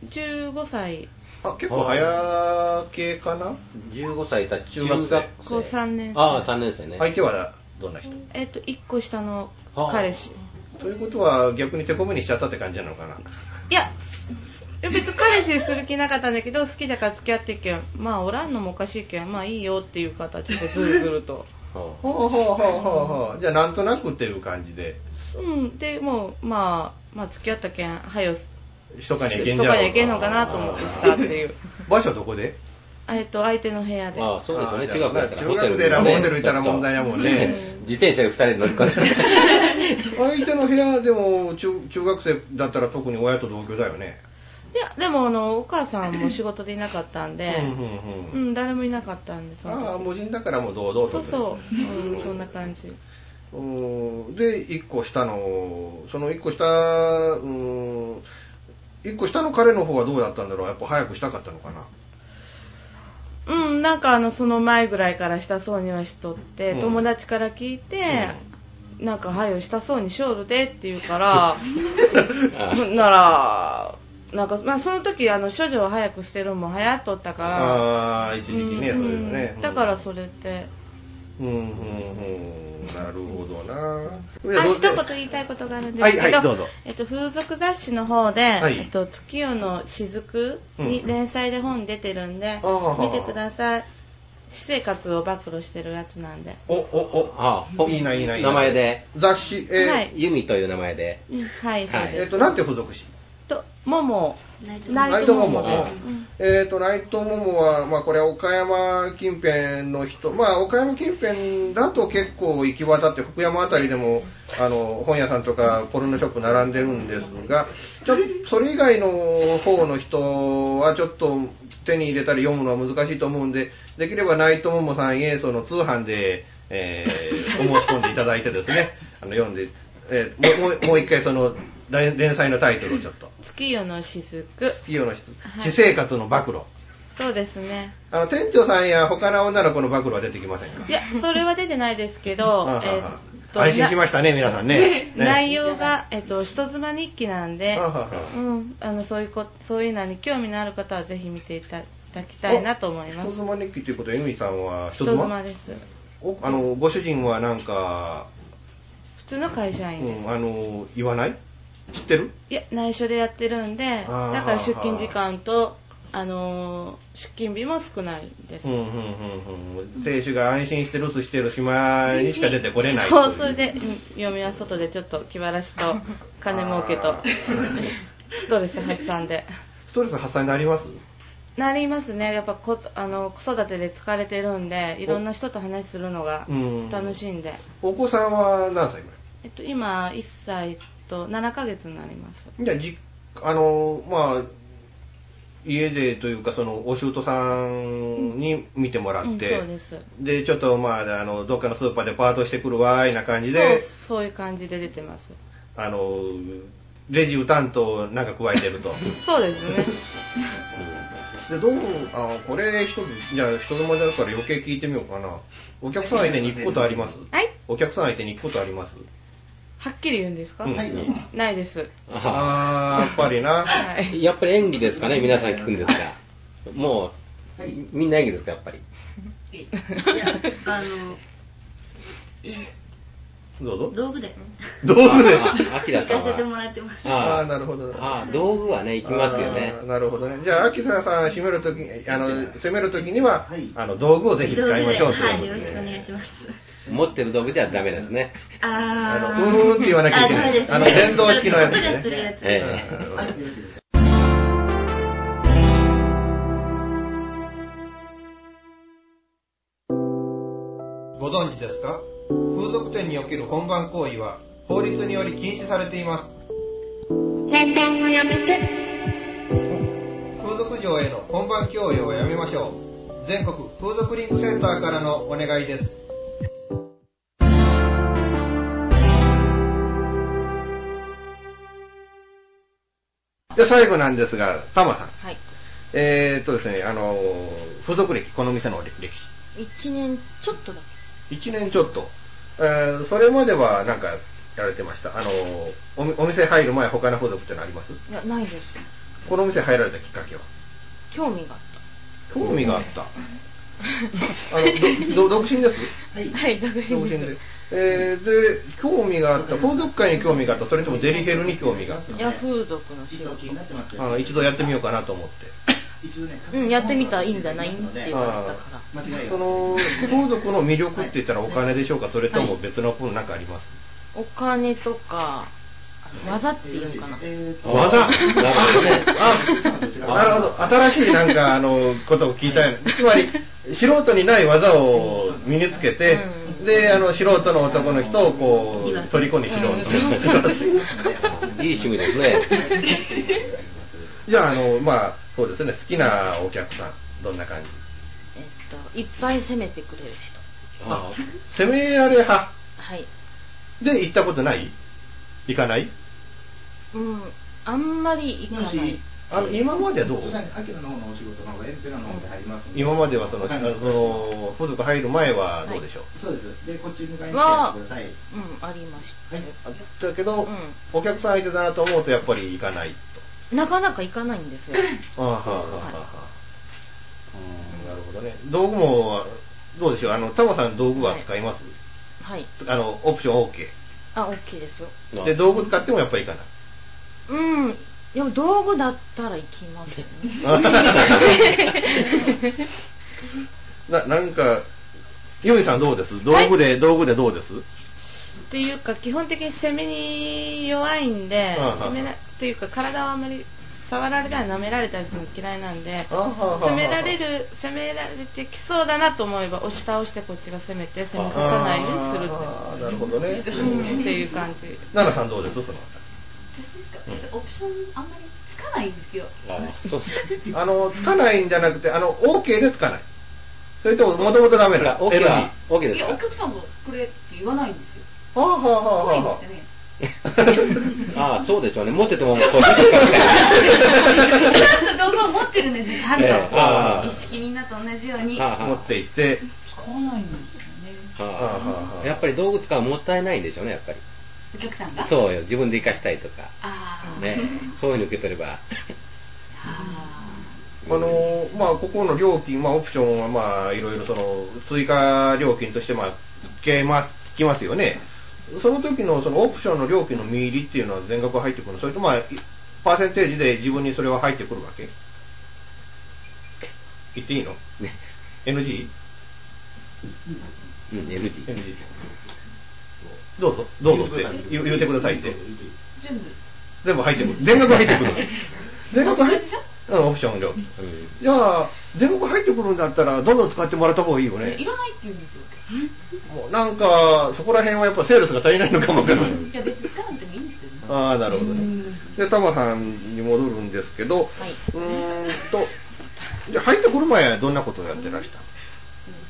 15歳
あ、結構早系かな
15歳だ、中
学
学
生
生。
高3年生
ああ、3年生ね。
相手はどんな人
えっと1個下の
はあ
彼氏
ということは逆に手こめにしちゃったって感じなのかない
や別に彼氏する気なかったんだけど好きだから付き合っていけんまあおらんのもおかしいけんまあいいよっていう形でずるずると
ほうほうほうほうほうじゃあなんとなくっていう感じで
うんでもうまあまあ付き合ったけんはよ
ひとかにいけん
し
じ
と
ゃろう
かにはいけんのかなと思ってしたって いう
場所どこで
えっと相手の部屋で
ああ、そうですよね。
ああ
中学だったら
中学でラブホテル行ったら問題やもんね。
自転車で2人で乗り込んで。
相手の部屋でも中中学生だったら特に親と同居だよね
いや、でもあの、お母さんも仕事でいなかったんで、
うんうんう
うん、誰もいなかったんで、その時
ああ無人だからもう堂々と
そうそう、うん、そんな感じ。
うんで、1個下の、その1個下、うん、1個下の彼の方はどうだったんだろう、やっぱ早くしたかったのかな。
うん、なんかあのその前ぐらいからしたそうにはしとって、
うん
友達から聞いて、なんか「はいしたそうにしょるで」って言うから ならなんか、まあ、その時あの処女を早く捨てるのも流行っとったから
ああ、一時期ね、そういうのね。
だからそれって
うん、うん、うん、なるほどな。
あ一言言いたいことがあるんですけど,、
はいはいどうぞ
えっと、風俗雑誌の方で、
はい
えっと、月夜の雫に
うん
連載で本出てるんで、
ああ
見てください私生活を暴露してるやつなんで、
お、お、
ああ
お、いいな、いいな、いいな。
名前で、
雑誌、えー
はい
ユミという名前で、
うんはいそう
はい
です、
えっと、なんて付属誌
と、もも、
ナイトモモ
ナイト
えー、とナイトモモは、まあ、これは岡山近辺の人、まあ、岡山近辺だと結構行き渡って福山あたりでもあの本屋さんとかポルノショップ並んでるんですがちょそれ以外の方の人はちょっと手に入れたり読むのは難しいと思うんでできればナイトモモさんへその通販で、え ーお申し込んでいただいてですねあの読んで、えーもうもうもう一回その連連載のタイトルをちょっと。
月夜の雫
企業の質
はい
私生活の暴露、
そうですね
あの店長さんや他の女の子の暴露は出てきませんか
いやそれは出てないですけど
ああ
えっと
配信しましたね皆さん ねね
な内容が、えっと、人妻日記なんで、
ああ
うん、あのそういうこそういうのに興味のある方はぜひ見ていただきたいなと思いま
人
す
妻日記ということは、エミさんは人
人
妻
妻です
おあのご主人はなんか、
普通の会社
う
員です、
ん、あの言わない知ってる
いや内緒でやってるんでだ
ああ
から出勤時間とあのー出勤日も少ないです、
うんうんうんうん亭主が安心して留守してる島にしか出てこれない
そうそれでうん嫁は外でちょっと気晴らしと金儲けとストレス発散で
ストレス発散になります
なりますねやっぱこあの子育てで疲れてるんでいろんな人と話するのが
うん
楽しいんで、
お子さんは何歳ぐらい
えっと、今1歳と7ヶ月になります
じゃあ、じあの、まあ、家でというか、その、お仕事さんに見てもらって、
うんそうです
でちょっと、まあ、あの、どっかのスーパーでパートしてくるわーいな感じ
そう
で、
そういう感じで出てます
あの、レジ担当なんか加えてると。
そうですね
で、どう、あ、これ一つ、じゃあ、人の間だから余計聞いてみようかな。お客さん相手に行くことあります
はい
お客さん相手に行くことあります
はっきり言うんですか、
うんはい
ないです
あー、やっぱりな。
やっぱり演技ですかね、皆さん聞くんですが、もう、みんな演技ですか、やっぱり。
いや、あの、い
ど うぞ。
道具で。
道具で
ああきらさん
行かせて
は。
もらってます。
あ
あ
あ、なるほど。
ああ道具はね、行きますよね
あ。ーなるほどね。じゃあ、秋田さん、締めるとき、あの、攻めるときには、あの、道具をぜひ使いましょうという
は
こ
い、
と
よろ
で
し
す
くお
ね。
願いします。
持ってる道具じゃダメですね。
あ
あのうーんって言わなきゃいけ
あ
ない
ダメですね
あの電動式のやつね
音がするやつ
え
ご存知ですか風俗店における本番行為は法律により禁止されています
年齢をやめて。
風俗嬢への本番強要はやめましょう全国風俗リンクセンターからのお願いです
で、最後なんですが、タマさん。
はい
えーっとですね、あの、付属歴、この店の歴史。
1年ちょっとだ
1年ちょっと。えーそれまでは、なんか、やられてました。あの、おみお店入る前、他の付属ってのあります
けいやないです
この店入られたきっかけは
興味が
興味があった。あの、ど、ど独身です
はい、はい、独身です
独身で。えーで、興味があった、風俗界に興味があった、それともデリヘルに興味があった。
ヤフー族の仕事
あの一度やってみようかなと思って。
うんやってみたらいいんじゃないって言われたから
あーその、風俗の魅力って言ったらお金でしょうか、それとも別の分なんかあります、
お金とか技っていうんかな、
技あなるほど、新しいなんか、あの、ことを聞いたよねつまり、素人にない技を身につけて、で、あの、素人の男の人をこう、虜にしようと。
いい趣味ですね。
じゃあ、あの、まあ、そうですね、好きなお客さん、どんな感じ
えっといっぱい攻めてくれる人
攻められ派。
はい
で、行ったことない行かない
うん、あんまり行かない。
あの、今まではどう
さに秋の方のお仕事の方がエンペラの方で入りますんで
今まではその、
い
あのその、風俗入る前はどうでしょう、
そうですでこっちに迎えに来てくだ
は、う
さい
ん、ありましたよ。
だけど、お客さん相手だなと思うとやっぱり行かない。
なかなか行かないんですよ。
あーはーはーはーはーうんなるほどね。道具も、どうでしょうあの、タモさん道具は使います、
はい。
あの、オプション OK。
あ、OK ですよ。
で、道具使ってもやっぱり行かない。
うん。でも道具だったら行きますよね。
な、なんか、ヨミさんどうです道具で、道具でどうです
っていうか基本的に攻めに弱いんで
ああ
攻めなというか体はあまり触られたり舐められたりするの嫌いなんで
ああ
攻められる攻められてきそうだなと思えば押し倒してこっちが攻めて攻めささないようにする
あーなるほどね。
うんっていう感じ
奈良さんどうですその
私オプションあんまりつかないんですよ。
そうですあの、つかないんじゃなくて、あの、OK でつかない。それとも、もともとダメなの。OK は、OK
いやお客さんもこれって言わないんですよ。
はあはあはあはあ。
ああ、そうでしょうね。持ってても、こう、
ちゃんと動画を持ってるんですよ、ちゃんと。
ええああ
一式みんなと同じように。
持っていって、
使わないんですよね。
はあやっぱり道具使うのもったいないんでしょうね、やっぱり。
お客さんが。
そうよ、自分で生かしたいとか。
ああ。
ね。そういうの受け取れば。
あのーまあ、ここの料金、まあ、オプションは、まあ、いろいろその、追加料金として、まあ、つけます、つきますよね。その時の、その、オプションの料金の見入りっていうのは全額入ってくるのそれと、まあ、いパーセンテージで自分にそれは入ってくるわけ言っていいの ?NG?
うん、NG。
どうぞ、どうぞって、言う言うてくださいって。
全部。
全部入ってくる。全額入ってくる。全額入って、うん、オプション料金。じゃあ、全額入ってくるんだったら、どんどん使ってもらった方がいいよね
い。らないって言うんですよ。
もうなんか、そこら辺はやっぱセールスが足りないのかもわからない。
いや別に使わなくてもいいんですけどね。
ああ、なるほどね。で、タマさんに戻るんですけど、うーんと、じゃあ入ってくる前はどんなことをやってらした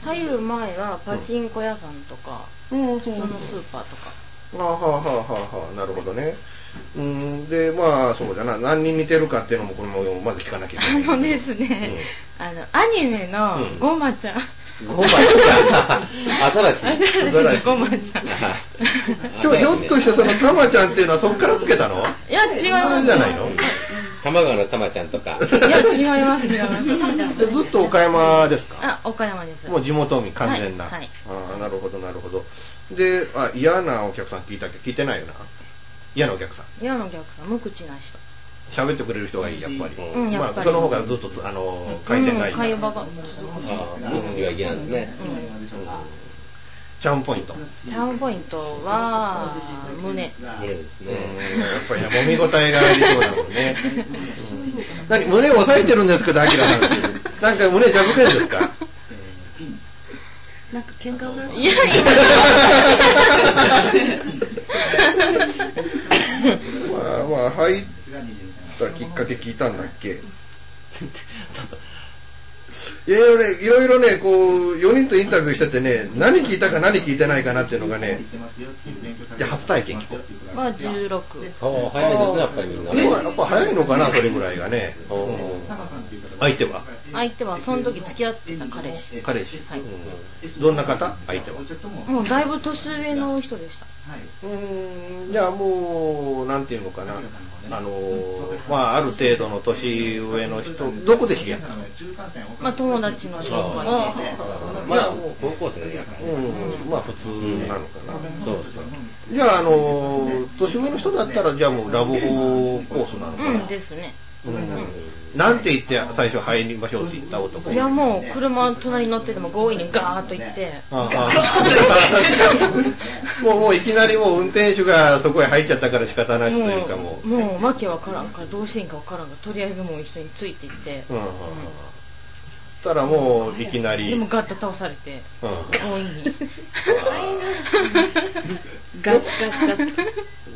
入る前はパチンコ屋さんとか、
そ
のスーパーとか。
のああ、はあはあはあはあ、なるほどね。うーん、で、まあ、そうだな、何に似てるかっていうのも、これもまず聞かなきゃいけ
あ
ない。
のですね、あの、アニメの
うん
ゴマちゃん。
ゴマち ゃんアザラシ
アザラシのゴマちゃん。い
今日、ひょっとしてそのタマちゃんっていうのはそっからつけたの
や、違います。
じゃないの
玉川の玉ちゃんとか。
いや、違います、違います。
でずっと岡山ですか
あ、岡山です。
もう地元民完全な。
はいはい
ああ、なるほど、なるほど。で、あ、嫌なお客さん聞いたっけ聞いてないよな。嫌なお客さん。
嫌なお客さん、無口な人。
喋ってくれる人がいい、やっぱり。
んやっぱり
まあ、その方がずっとつあの、回転がいい。
うん会話が。
ああ
無口は嫌なんですね。
チャンポイント。
チャームポイントは、胸。
胸ですね。
やっぱりね、揉み応えがありそうだもん ね。うん何、胸を押さえてるんですけど、アキラさん。なんか胸じゃぶけんですか
なんか喧嘩売られ
いやいや
まあまあ、入ったきっかけ聞いたんだっけいろいろね、いろいろね、こう、4人とインタビューしててね、何聞いたか何聞いてないかなっていうのがね、いや、初体験聞こう。
は16。
あ早いですね、やっぱりみんなね。
今やっぱ早いのかな、それぐらいがね。うん相手は
相手は、その時付き合ってた彼氏。
彼氏、うんどんな方相手は
もうだいぶ年上の人でした。
じゃあもう、なんていうのかな、あのー、まあ、ある程度の年上の人、どこで知り合ったの
まあ、友達の紹介で。
まだ高校生の皆さん。
うん、まあ普通なのかな。
そうそう。
じゃあ、あのー、年上の人だったら、じゃあもうラボ法コースなのか
うん
な。
ですね。
うん、なんて言って最初入りましょうって言った男。
いや、もう、車、隣に乗ってても、強引にガーッと行って、
ああもう、もういきなりもう運転手がそこへ入っちゃったから仕方なしというかもう。
もう、わけわからんから、どうしていいんかわからんが、とりあえずもう一緒についていって、
うんうんうん。そしたらもういきなり。
で
うん
も、ガッと倒されて、強引に。
ガッガッ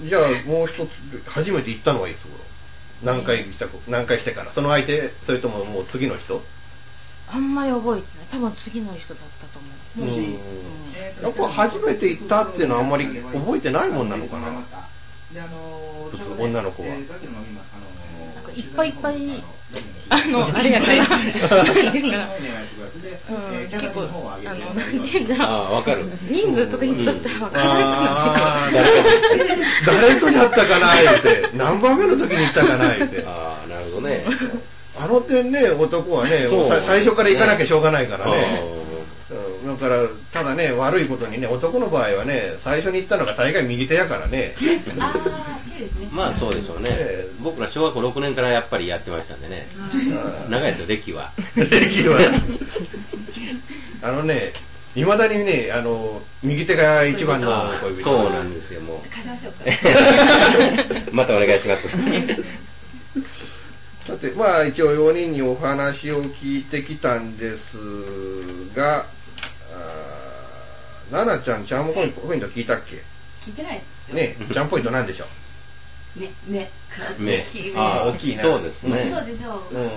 じゃあもう一つ、初めて行ったのはいつ頃何回したこ何回してからその相手それとももう次の人
あんまり覚えてない。多分次の人だったと思う。
もし、
うん
えーと
やっぱ初めて行ったっていうのはあんまり覚えてないもんなのかな普通女の子は
なんかいっぱいいっぱい、あの、あれやから、なんていうかなうん結構、あの、なんていうんだろう
あーわかる
人数とかにとったらわからない
あー誰とやったかな言うて何番目の時に行ったかな言うて
ああなるほどね
あの点ね男はね
そう
さ最初から行かなきゃしょうがないからね
あー
うんだからただね悪いことにね男の場合はね最初に行ったのが大概右手やから ね
まあそうでしょうね、僕ら小学校6年からやっぱりやってましたんでね、長いですよ、歴は。
歴はあのねいまだにねあの右手が一番の恋人
そうなんですよ、もう。
貸しましょうか
またお願いします。
さて、まあ一応4人にお話を聞いてきたんですが、あー奈々ちゃん、チャームポイントポイント聞いたっけ
聞いてないですよ
ねチャームポイントなんでしょ
ねね
うあー大きいな。
そうですね
そうでしょう、
うん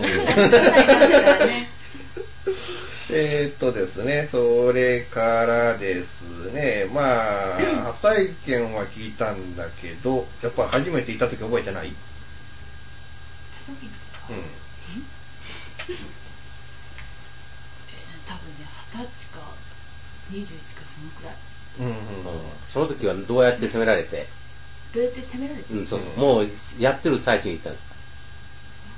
えーっとですね、それからですね、まあ、初体験は聞いたんだけど、やっぱ初めて行った時覚えてないうん。
多分ね二十歳か二十一かそのくらい
うんうん、
その時はどうやって責められて、
どうやって責められて
う
る
ん、そうそう、もうやってる最中に行ったんですか。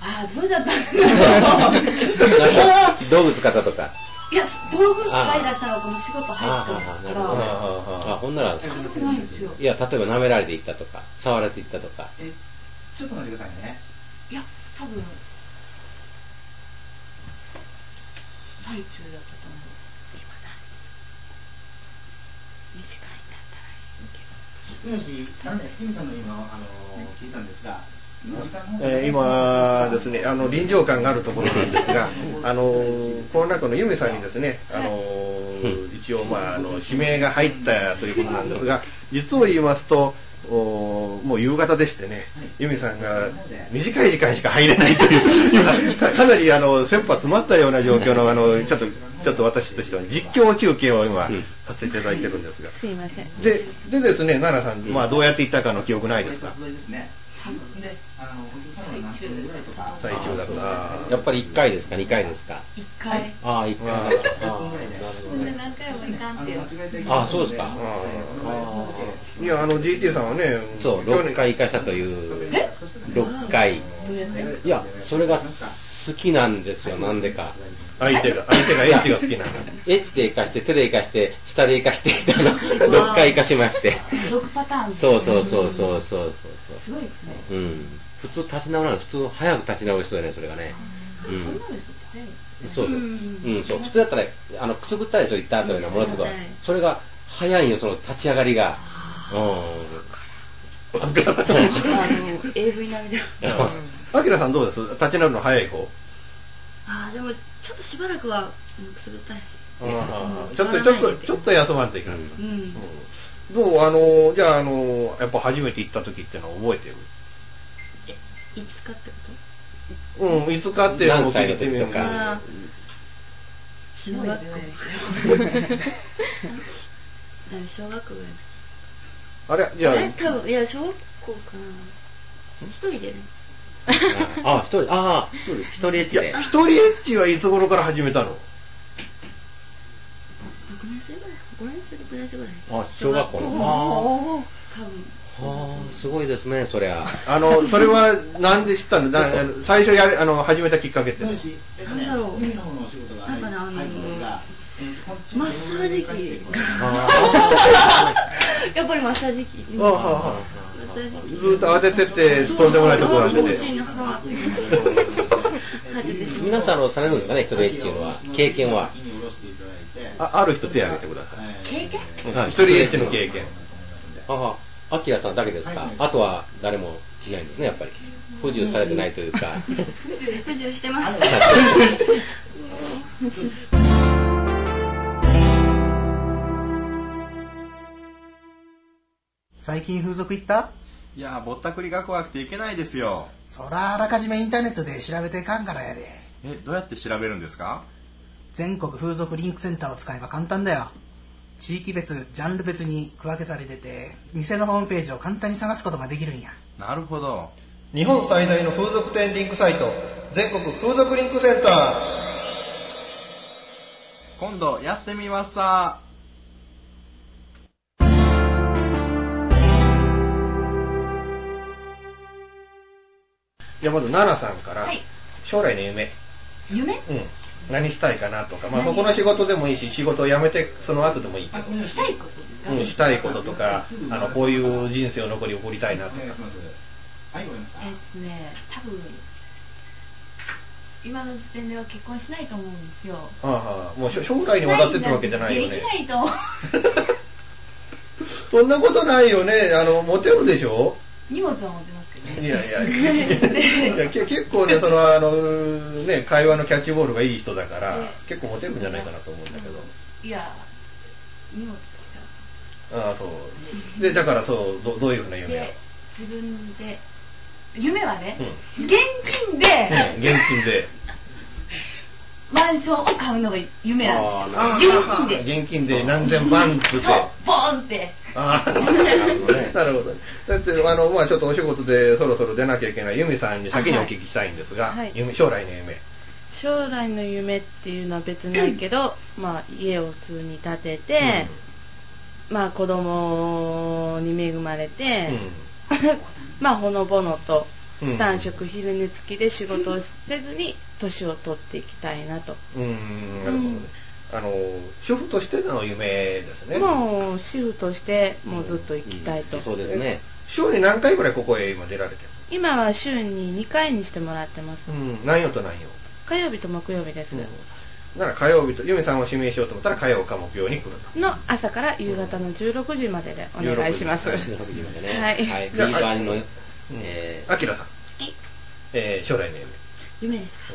ああそうだったんだ
なんか動物方とか。
いや道具使い出したらこの仕事入ってくるから
あ、ほんなら、
したことないんですよ
いや、例えば舐められて行ったとか、触られて行ったとか。
ちょっと待ってくださいね。
いや多分最中だったと思う今ない短いんだったら
もし、あのね、ひみさんの今、あの、聞いたんですが、時間も
えー今ですね、あの臨場感があるところなんです が、あのこの中のゆめさんにですね、あの一応、まあ、あの指名が入ったということなんですが、実を言いますと、おもう夕方でしてね、ゆめさんが短い時間しか入れないという、 今、かかなりあの切羽詰まったような状況の、あのちょっとちょっと私としては実況中継を今、させていただいてるんですが、
すいません。
ででですね、奈々さん、まあ、どうやって行ったかの記憶ないですか、
ですね。で、あの、最中ぐらいとか、
最中だった
やっぱり1回ですか、2回ですか。
一回
ああ、1回。あ
そんな何回もいかんってよ
ああ、そうですか。
いや、あの GT さんはね、
そう、6回行かしたという、6回。
どうやって
いや、それが好きなんですよ、なんでか。
相手が、相手がエッチが好きなんだ。
エッチで生かして、手で生かして、下で生かして、みたい な、6回生かしまして。
持続パターン
そうそうそうそうそうそう
すごいですね
そう。うん。普通立ち直らない、普通早く立ち直る人だね、それがね。うん。そうそう。うん、そう。普通だったら、あの、くすぐったでしょ、行った後ような、ものすごい
くすぐっ。
それが早いよ、その立ち上がりが。うん。
わか
あの、AV 並みじゃん。
あきらさんどうです立ち直るの早い方
あーでも、ちょっとしばらくは、うんくすぐったい。
ちょっと、ちょっと、ちょっと休まんといかん。
うん。
どうあの、じゃあ、あの、やっぱ初めて行った時ってのは覚えてる
いつかってこ
うん、いつかっていうのを
何歳
聞
の
いて
時
みよう
と
と
か
か。
あー小学校。あ小学校ぐらいの時
あれじゃあ、
え多分いや小学校かな一人でね
あ、一人、ああ、一人エッ
い
チで
や、。一人エッチはいつ頃から始めたの
6年生ぐらい5年生6年生ぐらい
あ、小学校の。
多分
あーあー、すごいですね、そりゃ。
あの、それはなんで知ったのだあの最初やる、あの、始めたきっかけって。
なんだろう
海の方のお仕事が、
なんかねあの
が、
マッサージ機やっぱりマッサージ機
あはは
マッサージ機
ずーっと当ててて、とんでもないところ当て
気持ちい
て。
いなはててし
皆さんのされるんですかね、一人エッチいうのは。経験は。
あある人手挙げてください。
経験
一人エッチの経験。
ああ、アキラさんだけですか、あとは誰もいないんですね、やっぱり。不自由されてないというか。
不自由してます
最近風俗行った
いやーぼったくりが怖くていけないですよ
そらあらかじめインターネットで調べていかんからやで
えどうやって調べるんですか
全国風俗リンクセンターを使えば簡単だよ地域別、ジャンル別に区分けされてて、店のホームページを簡単に探すことができるんや。
なるほど。
日本最大の風俗店リンクサイト、全国風俗リンクセンター。
今度やってみますさ。
じゃあまず奈々さんから、将来の夢、
夢
うん、何したいかなとか、まあ、ここの仕事でもいいし、仕事を辞めてその後でもいいけど、
したいこと
うん、したいこととか、あのこういう人生を残り送りたいなとか。
えっとね、多分今の時点では結婚しないと思うんですよ。
ああ、もうしょ将来にわたってってわけじゃないよ
で
ね
き。な いと思う。
そんなことないよね。あの、モテるでしょ
荷物は持ってますけどね。
いや いや、いやけ結構ね、その、あの、ね、会話のキャッチボールがいい人だから、結構モテるんじゃないかなと思うんだけど。
いや、荷物しか。
ああ、そう。で、だからそう、どどういうふうな夢を。
で、自分で、夢はね、
う
現金で
うん、現金で。
マンションを買うのが夢なん
あ
ですよ。
あ
現金で、
現金で何千万って。
ボーンって。
ああ、なるほど。だって、あの、まあちょっとお仕事でそろそろ出なきゃいけない由美さんに先にお聞きしたいんですが、
はい
夢将来の夢。
将来の夢っていうのは別にないけど、まあ、家を普通に建てて、まあ、子供に恵まれて、 まあ、ほのぼのと
うん
3食昼寝付きで仕事をせずに年を取っていきたいなと、
うーん、なるほどね。あの、主婦としての夢ですね。
もう主婦として もうずっと生きたいと、
そうですね。
週に何回ぐらいここへ今出られてる
今は週に2回にしてもらってます、
うん、何曜と何曜。
火曜日と木曜日です、
なら火曜日と、由美さんを指名しようと思ったら火曜か木曜に来ると。
の朝から夕方の16時まででお願いします、
16
時までね。
はい
はい。
じゃあ
B 版の、
えー、アキラさん。えー、将来の夢。
夢ですか、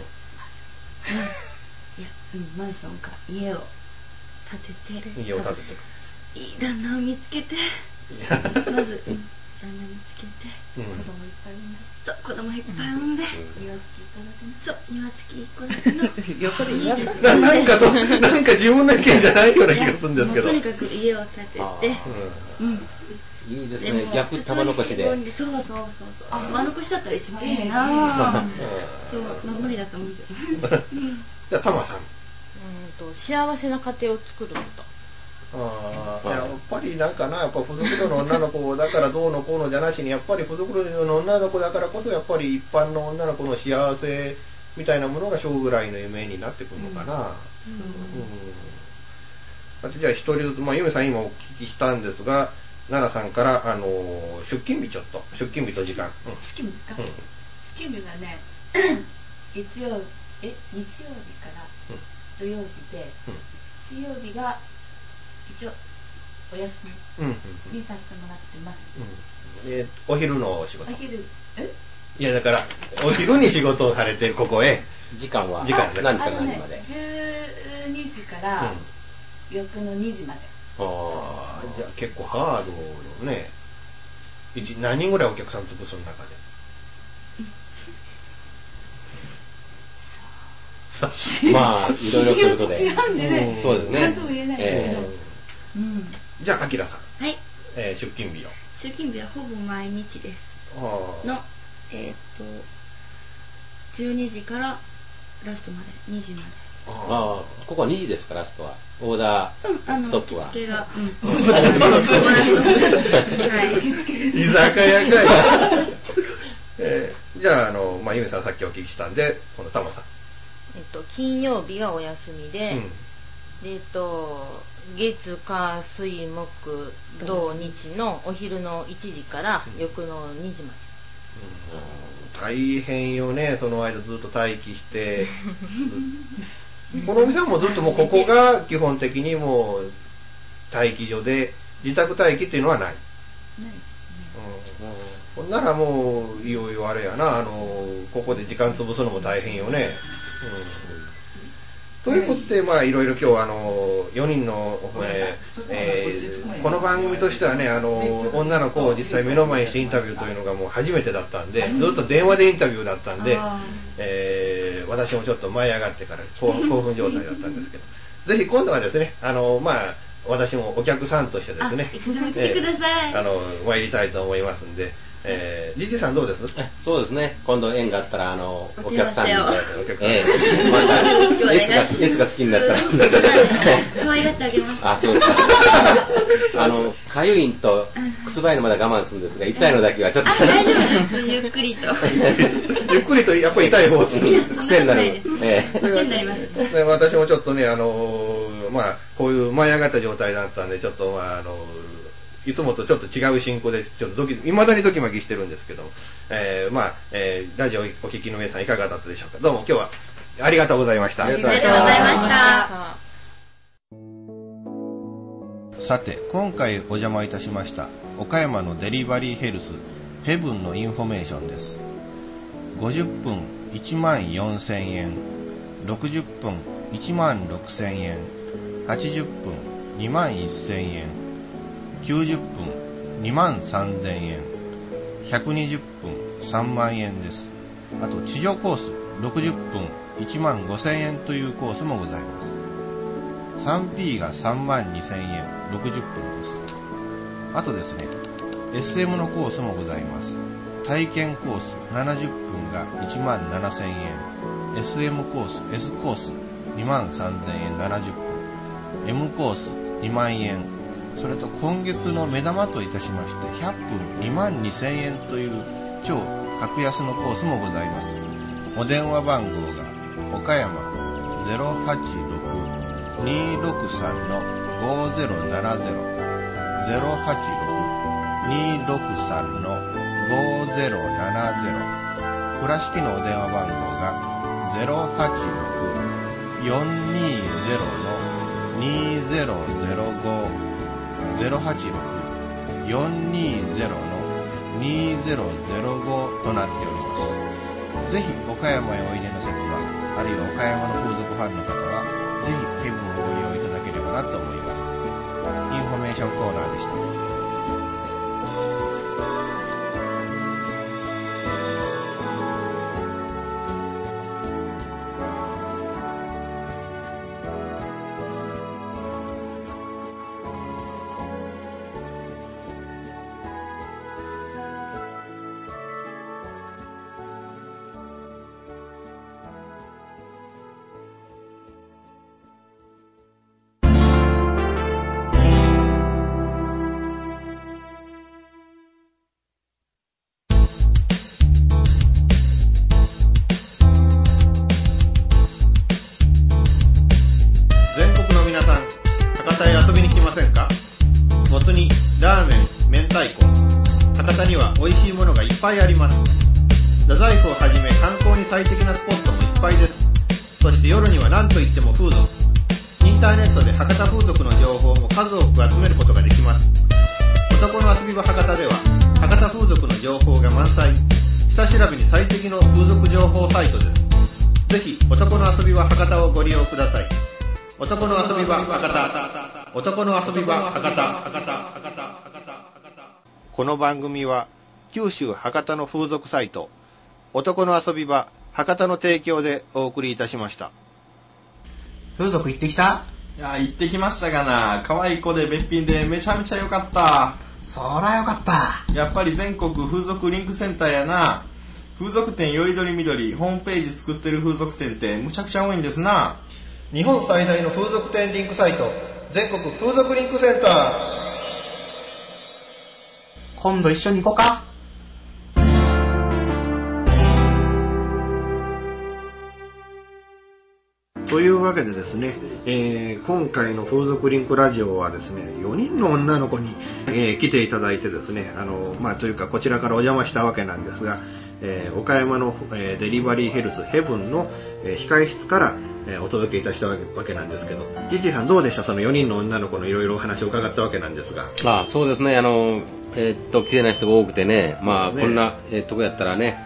いや、うん、マンションか家を建てて
家を建てて
いい旦那を見つけて
る。
まず、うん旦那見つけて、
うん
子供いっぱい産んでそう子供いっぱい産んで、庭付きそう庭付き一戸建ての
横で言いなさ
な
い
なんかと、なんか自分の意見じゃないような気 がするんですけど。
とにかく家を建ててうん
いいです
で
ね。
も
逆玉残しで。
普通に結婚そうそうそうそう玉残しだったら一番いいなぁ、そう、まあ、無理だと思うけど うん
じゃあ、タマさん。
と幸せな家庭を作ること
あーやっぱりなんかな、やっぱ付属路の女の子だからどうのこうのじゃなしに、やっぱり付属路の女の子だからこそ、やっぱり一般の女の子の幸せみたいなものが将来の夢になってくるのかな。うんだってじゃあ一人ずつ、まあ、ゆめさん今お聞きしたんですが、奈良さんから、あのー出勤日ちょっと、出勤日と時間。うん
資金ですか、
うん
資金日がね 月曜え日曜日から土曜日で、水曜日が一応お休
うんうん
みにさせてもらってます、
えーお昼のお仕事
お。昼え
いや、だから、お昼に仕事をされて、ここへ。
時間は
時間ね
何時
あ
から
のね
何まで。
12時から翌の2時まで、
ああ、じゃあ結構ハードよね。一何人ぐらいお客さん潰すの中で。さ
まあ、いろいろということで。
違うんでね
そうですね。
なんとも言えないけどうん
じゃあ、アキラさん、
はい
えー出勤日を。
出勤日はほぼ毎日です
あ
のえーっと12時からラストまで2時まで
ああ、ここは2時ですか、ラストは。オーダ
あ
ー、
の
ストップは。
受付が、うん、
居酒屋かい。 えーじゃあ、あの、まあ、ゆめさんさっきお聞きしたんで、このタマさん。
えっと、金曜日がお休みで、
うん
でえっと月火水木土日のお昼の1時から翌の2時ま
大変よね、その間ずっと待機 して。このお店はもうずっともうここが基本的にもう待機所で、自宅待機っていうのはない。うん、ほんならもう、いよいよあれやな、あのここで時間潰すのも大変よね。うん、ということで、まあ、いろいろ今日、あの4人の、えーえーこの番組としてはね、あの女の子を実際目の前にしてインタビューというのがもう初めてだったんで、ずっと電話でインタビューだったんで、えー 私もちょっと舞い上がってから興興奮状態だったんですけど、ぜひ今度はですね、あのまあ、私もお客さんとしてですね
あいつでも来てください
えーあの参りたいと思いますんで、えー、リリーさんどうです
そうですね、今度縁があったら、あの、お客さんに、
お
客さん
ええ、
ま
ま
たよろしくお願いしま
た、
す
いつが好きになったら、
可愛がってあげます。
あ、そうですか。あの、かゆいんと、くすばいのまだ我慢するんですが、痛いのだけはちょっと、
大丈夫です。ゆっくり と。
ゆっくりとやっぱり痛い方をする
いやそんなこと
癖になる
ないです。
ええ
癖になります。
で私もちょっとね、あのーまあ、こういう舞い上がった状態だったんで、ちょっと、まあ、あのーいつもとちょっと違う進行で、ちょっとドキ、未だにドキマキしてるんですけども、えーまあ、えーラジオお聞きの皆さんいかがだったでしょうか。どうも今日はありがとうございました。
ありがとうございましたありがとうございました
さて今回お邪魔いたしました岡山のデリバリーヘルスヘブンのインフォメーションです50分1万4000円60分1万6000円80分2万1000円90分2万3000円120分3万円ですあと地上コース60分1万5000円というコースもございます 3P が3万2000円60分ですあとですね SM のコースもございます体験コース70分が1万7000円 SM コース S コース2万3000円70分 M コース2万円それと今月の目玉といたしまして100分2万2000円という超格安のコースもございますお電話番号が岡山086 263-5070-086-263-5070倉敷のお電話番号が086-420-2005 086-420-2005となっておりますぜひ岡山へおいでの説は、あるいは岡山の風俗ファンの方は、ぜひヘブンをご利用いただければなと思います。インフォメーションコーナーでした。全国の皆さん、博多へ遊びに来ませんかもつ煮、ラーメン、明太子。博多には美味しいものがいっぱいあります。太宰府をはじめ観光に最適なスポットもいっぱいです。そして夜には何といっても風俗。インターネットで博多風俗の情報も数多く集めることができます。男の遊び場博多では、博多風俗の情報が満載。下調べに最適の風俗情報サイトです。ぜひ、男の遊び場博多をご利用ください。男の遊び場博多男の遊び場博多この番組は九州博多の風俗サイト男の遊び場博多の提供でお送りいたしました
風俗行ってきた
いや、行ってきましたがな、可愛い子でべっぴんでめちゃめちゃ良かった。
そらよかった。
やっぱり全国風俗リンクセンターやな。風俗店よりどりみどり、ホームページ作ってる風俗店ってむちゃくちゃ多いんですな。
日本最大の風俗店リンクサイト全国風俗リンクセンター
今度一緒に行こうか。
というわけでですね、えー今回の風俗リンクラジオはですね、4人の女の子に、えー来ていただいてですね、あの、まあ、というかこちらからお邪魔したわけなんですが、えー岡山の、えーデリバリーヘルスヘブンの、えー控え室から、えーお届けいたしたわけわけなんですけど、ジジさんどうでしたその4人の女の子のいろいろお話を伺ったわけなんですが。
あそうですね、あの、えーっと、綺麗な人が多くてね、まあ、
ね
こんな、えーとこやったらね、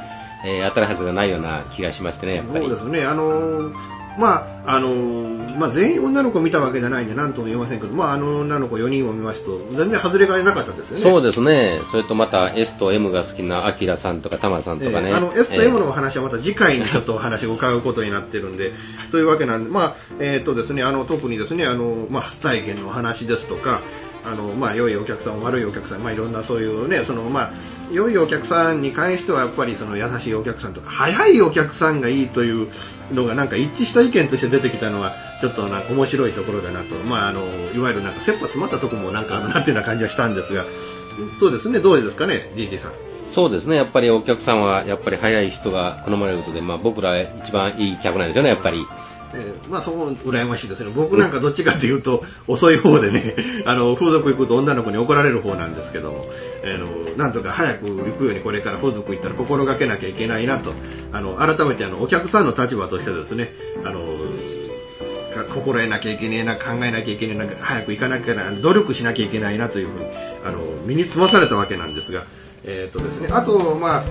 えー当たるはずがないような気がしましてね、やっぱ
そう
り
で。すね、あのーまああのーまあ、全員女の子見たわけじゃないんで何とも言えませんけど、まあ、あの女の子4人を見ますと全然外れがいなかったですよね。
そうですね。それとまた S と M が好きなアキラさんとかタマさんとかね。
えーあの S と M のお話はまた次回にちょっとお話を伺うことになってる んで、というわけなんで、まあ、えっ、とですね、あの、特にですね、あの、まあ、初体験のお話ですとか、あの、まあ、良いお客さん、悪いお客さん、まあ、いろんなそういうね、その、まあ、良いお客さんに関してはやっぱりその優しいお客さんとか、早いお客さんがいいというのがなんか一致した意見として出てきたのは、ちょっとなんか面白いところだなと、まあ、あの、いわゆるなんか切羽詰まったとこもなんかあるなっていうような感じはしたんですが、そうですね、どうですかね、DT さん。
そうですね。やっぱりお客さんはやっぱり早い人が好まれることで、まあ、僕ら一番いい客なんですよね、やっぱり。
えーまあ、そう、羨ましいですね。僕なんかどっちかっていうと、遅い方でね、 あの、風俗行くと女の子に怒られる方なんですけども、あの、なんとか早く行くようにこれから風俗行ったら心がけなきゃいけないなと、あの、改めてあの、お客さんの立場としてですね、あの、か心得なきゃいけねえな、考えなきゃいけねえな、早く行かなきゃな、努力しなきゃいけないなというふうに、あの、身につまされたわけなんですが、えっ、とですね、あと、まあ、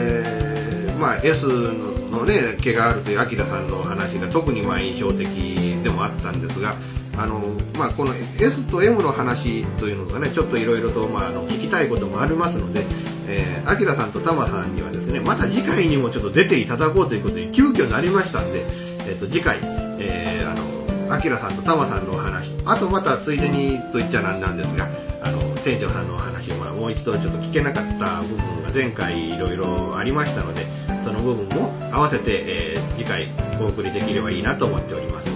えーまあ、S のね、毛があるというアキラさんの話が特にまあ印象的でもあったんですが、あの、まあ、この S と M の話というのがね、ちょっといろいろと、まあ、あの、聞きたいこともありますので、えー、アキラさんとタマさんにはですね、また次回にもちょっと出ていただこうということに急遽なりましたんで、えっ、と、次回、えー、あの、アキラさんとタマさんのお話、あとまたついでにと言っちゃなんなんですが、あの、店長さんのお話はもう一度ちょっと聞けなかった部分が前回いろいろありましたので、その部分も合わせて、えー次回お送りできればいいなと思っております。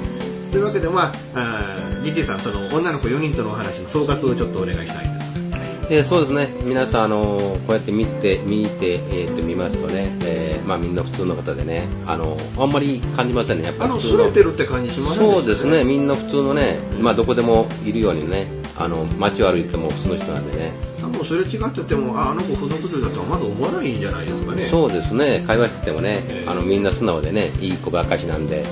というわけで、まあ、あー DT さん、その女の子4人とのお話の総括をちょっとお願いしたいです。
えーそうですね、皆さん、あのこうやって見て、見て、えーっと見ますとね、えーまあ、みんな普通の方でね、あのあんまり感じませんね、やっぱ
あ
り
の、
普
す
通の
れてるって感じしません
そうですね、みんな普通のね、まあ、どこでもいるようにね、あの街を歩いても普通の人なんでね、
多分すれ違ってても、あ、あの子不属中だとはまず思わないんじゃないですかね。
そうですね、会話しててもね、あのみんな素直でね、いい子ばかしなんで、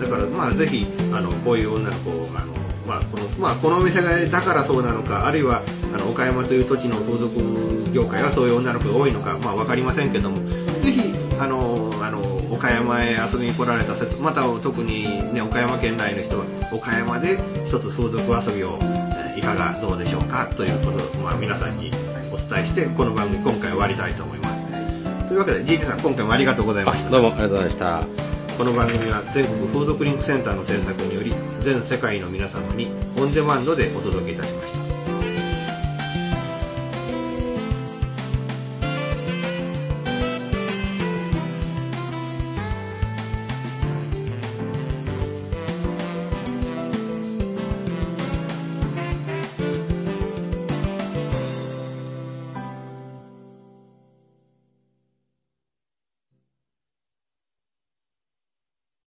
だから、まあ、ぜひ、あの、こういう女の子を、あの、まあ、この、まあ、このお店がだからそうなのか、あるいは、あの、岡山という土地の風俗業界はそういう女の子が多いのか、まあ、わかりませんけども、ぜひ、あの、あの、岡山へ遊びに来られた説、また特にね、岡山県内の人は、岡山で一つ風俗遊びを、えーいかがどうでしょうか、ということを、まあ、皆さんにお伝えして、この番組今回終わりたいと思います。というわけで、GT さん、今回もありがとうございました。
どうもありがとうございました。
この番組は全国風俗リンクセンターの制作により全世界の皆様にオンデマンドでお届けいたしました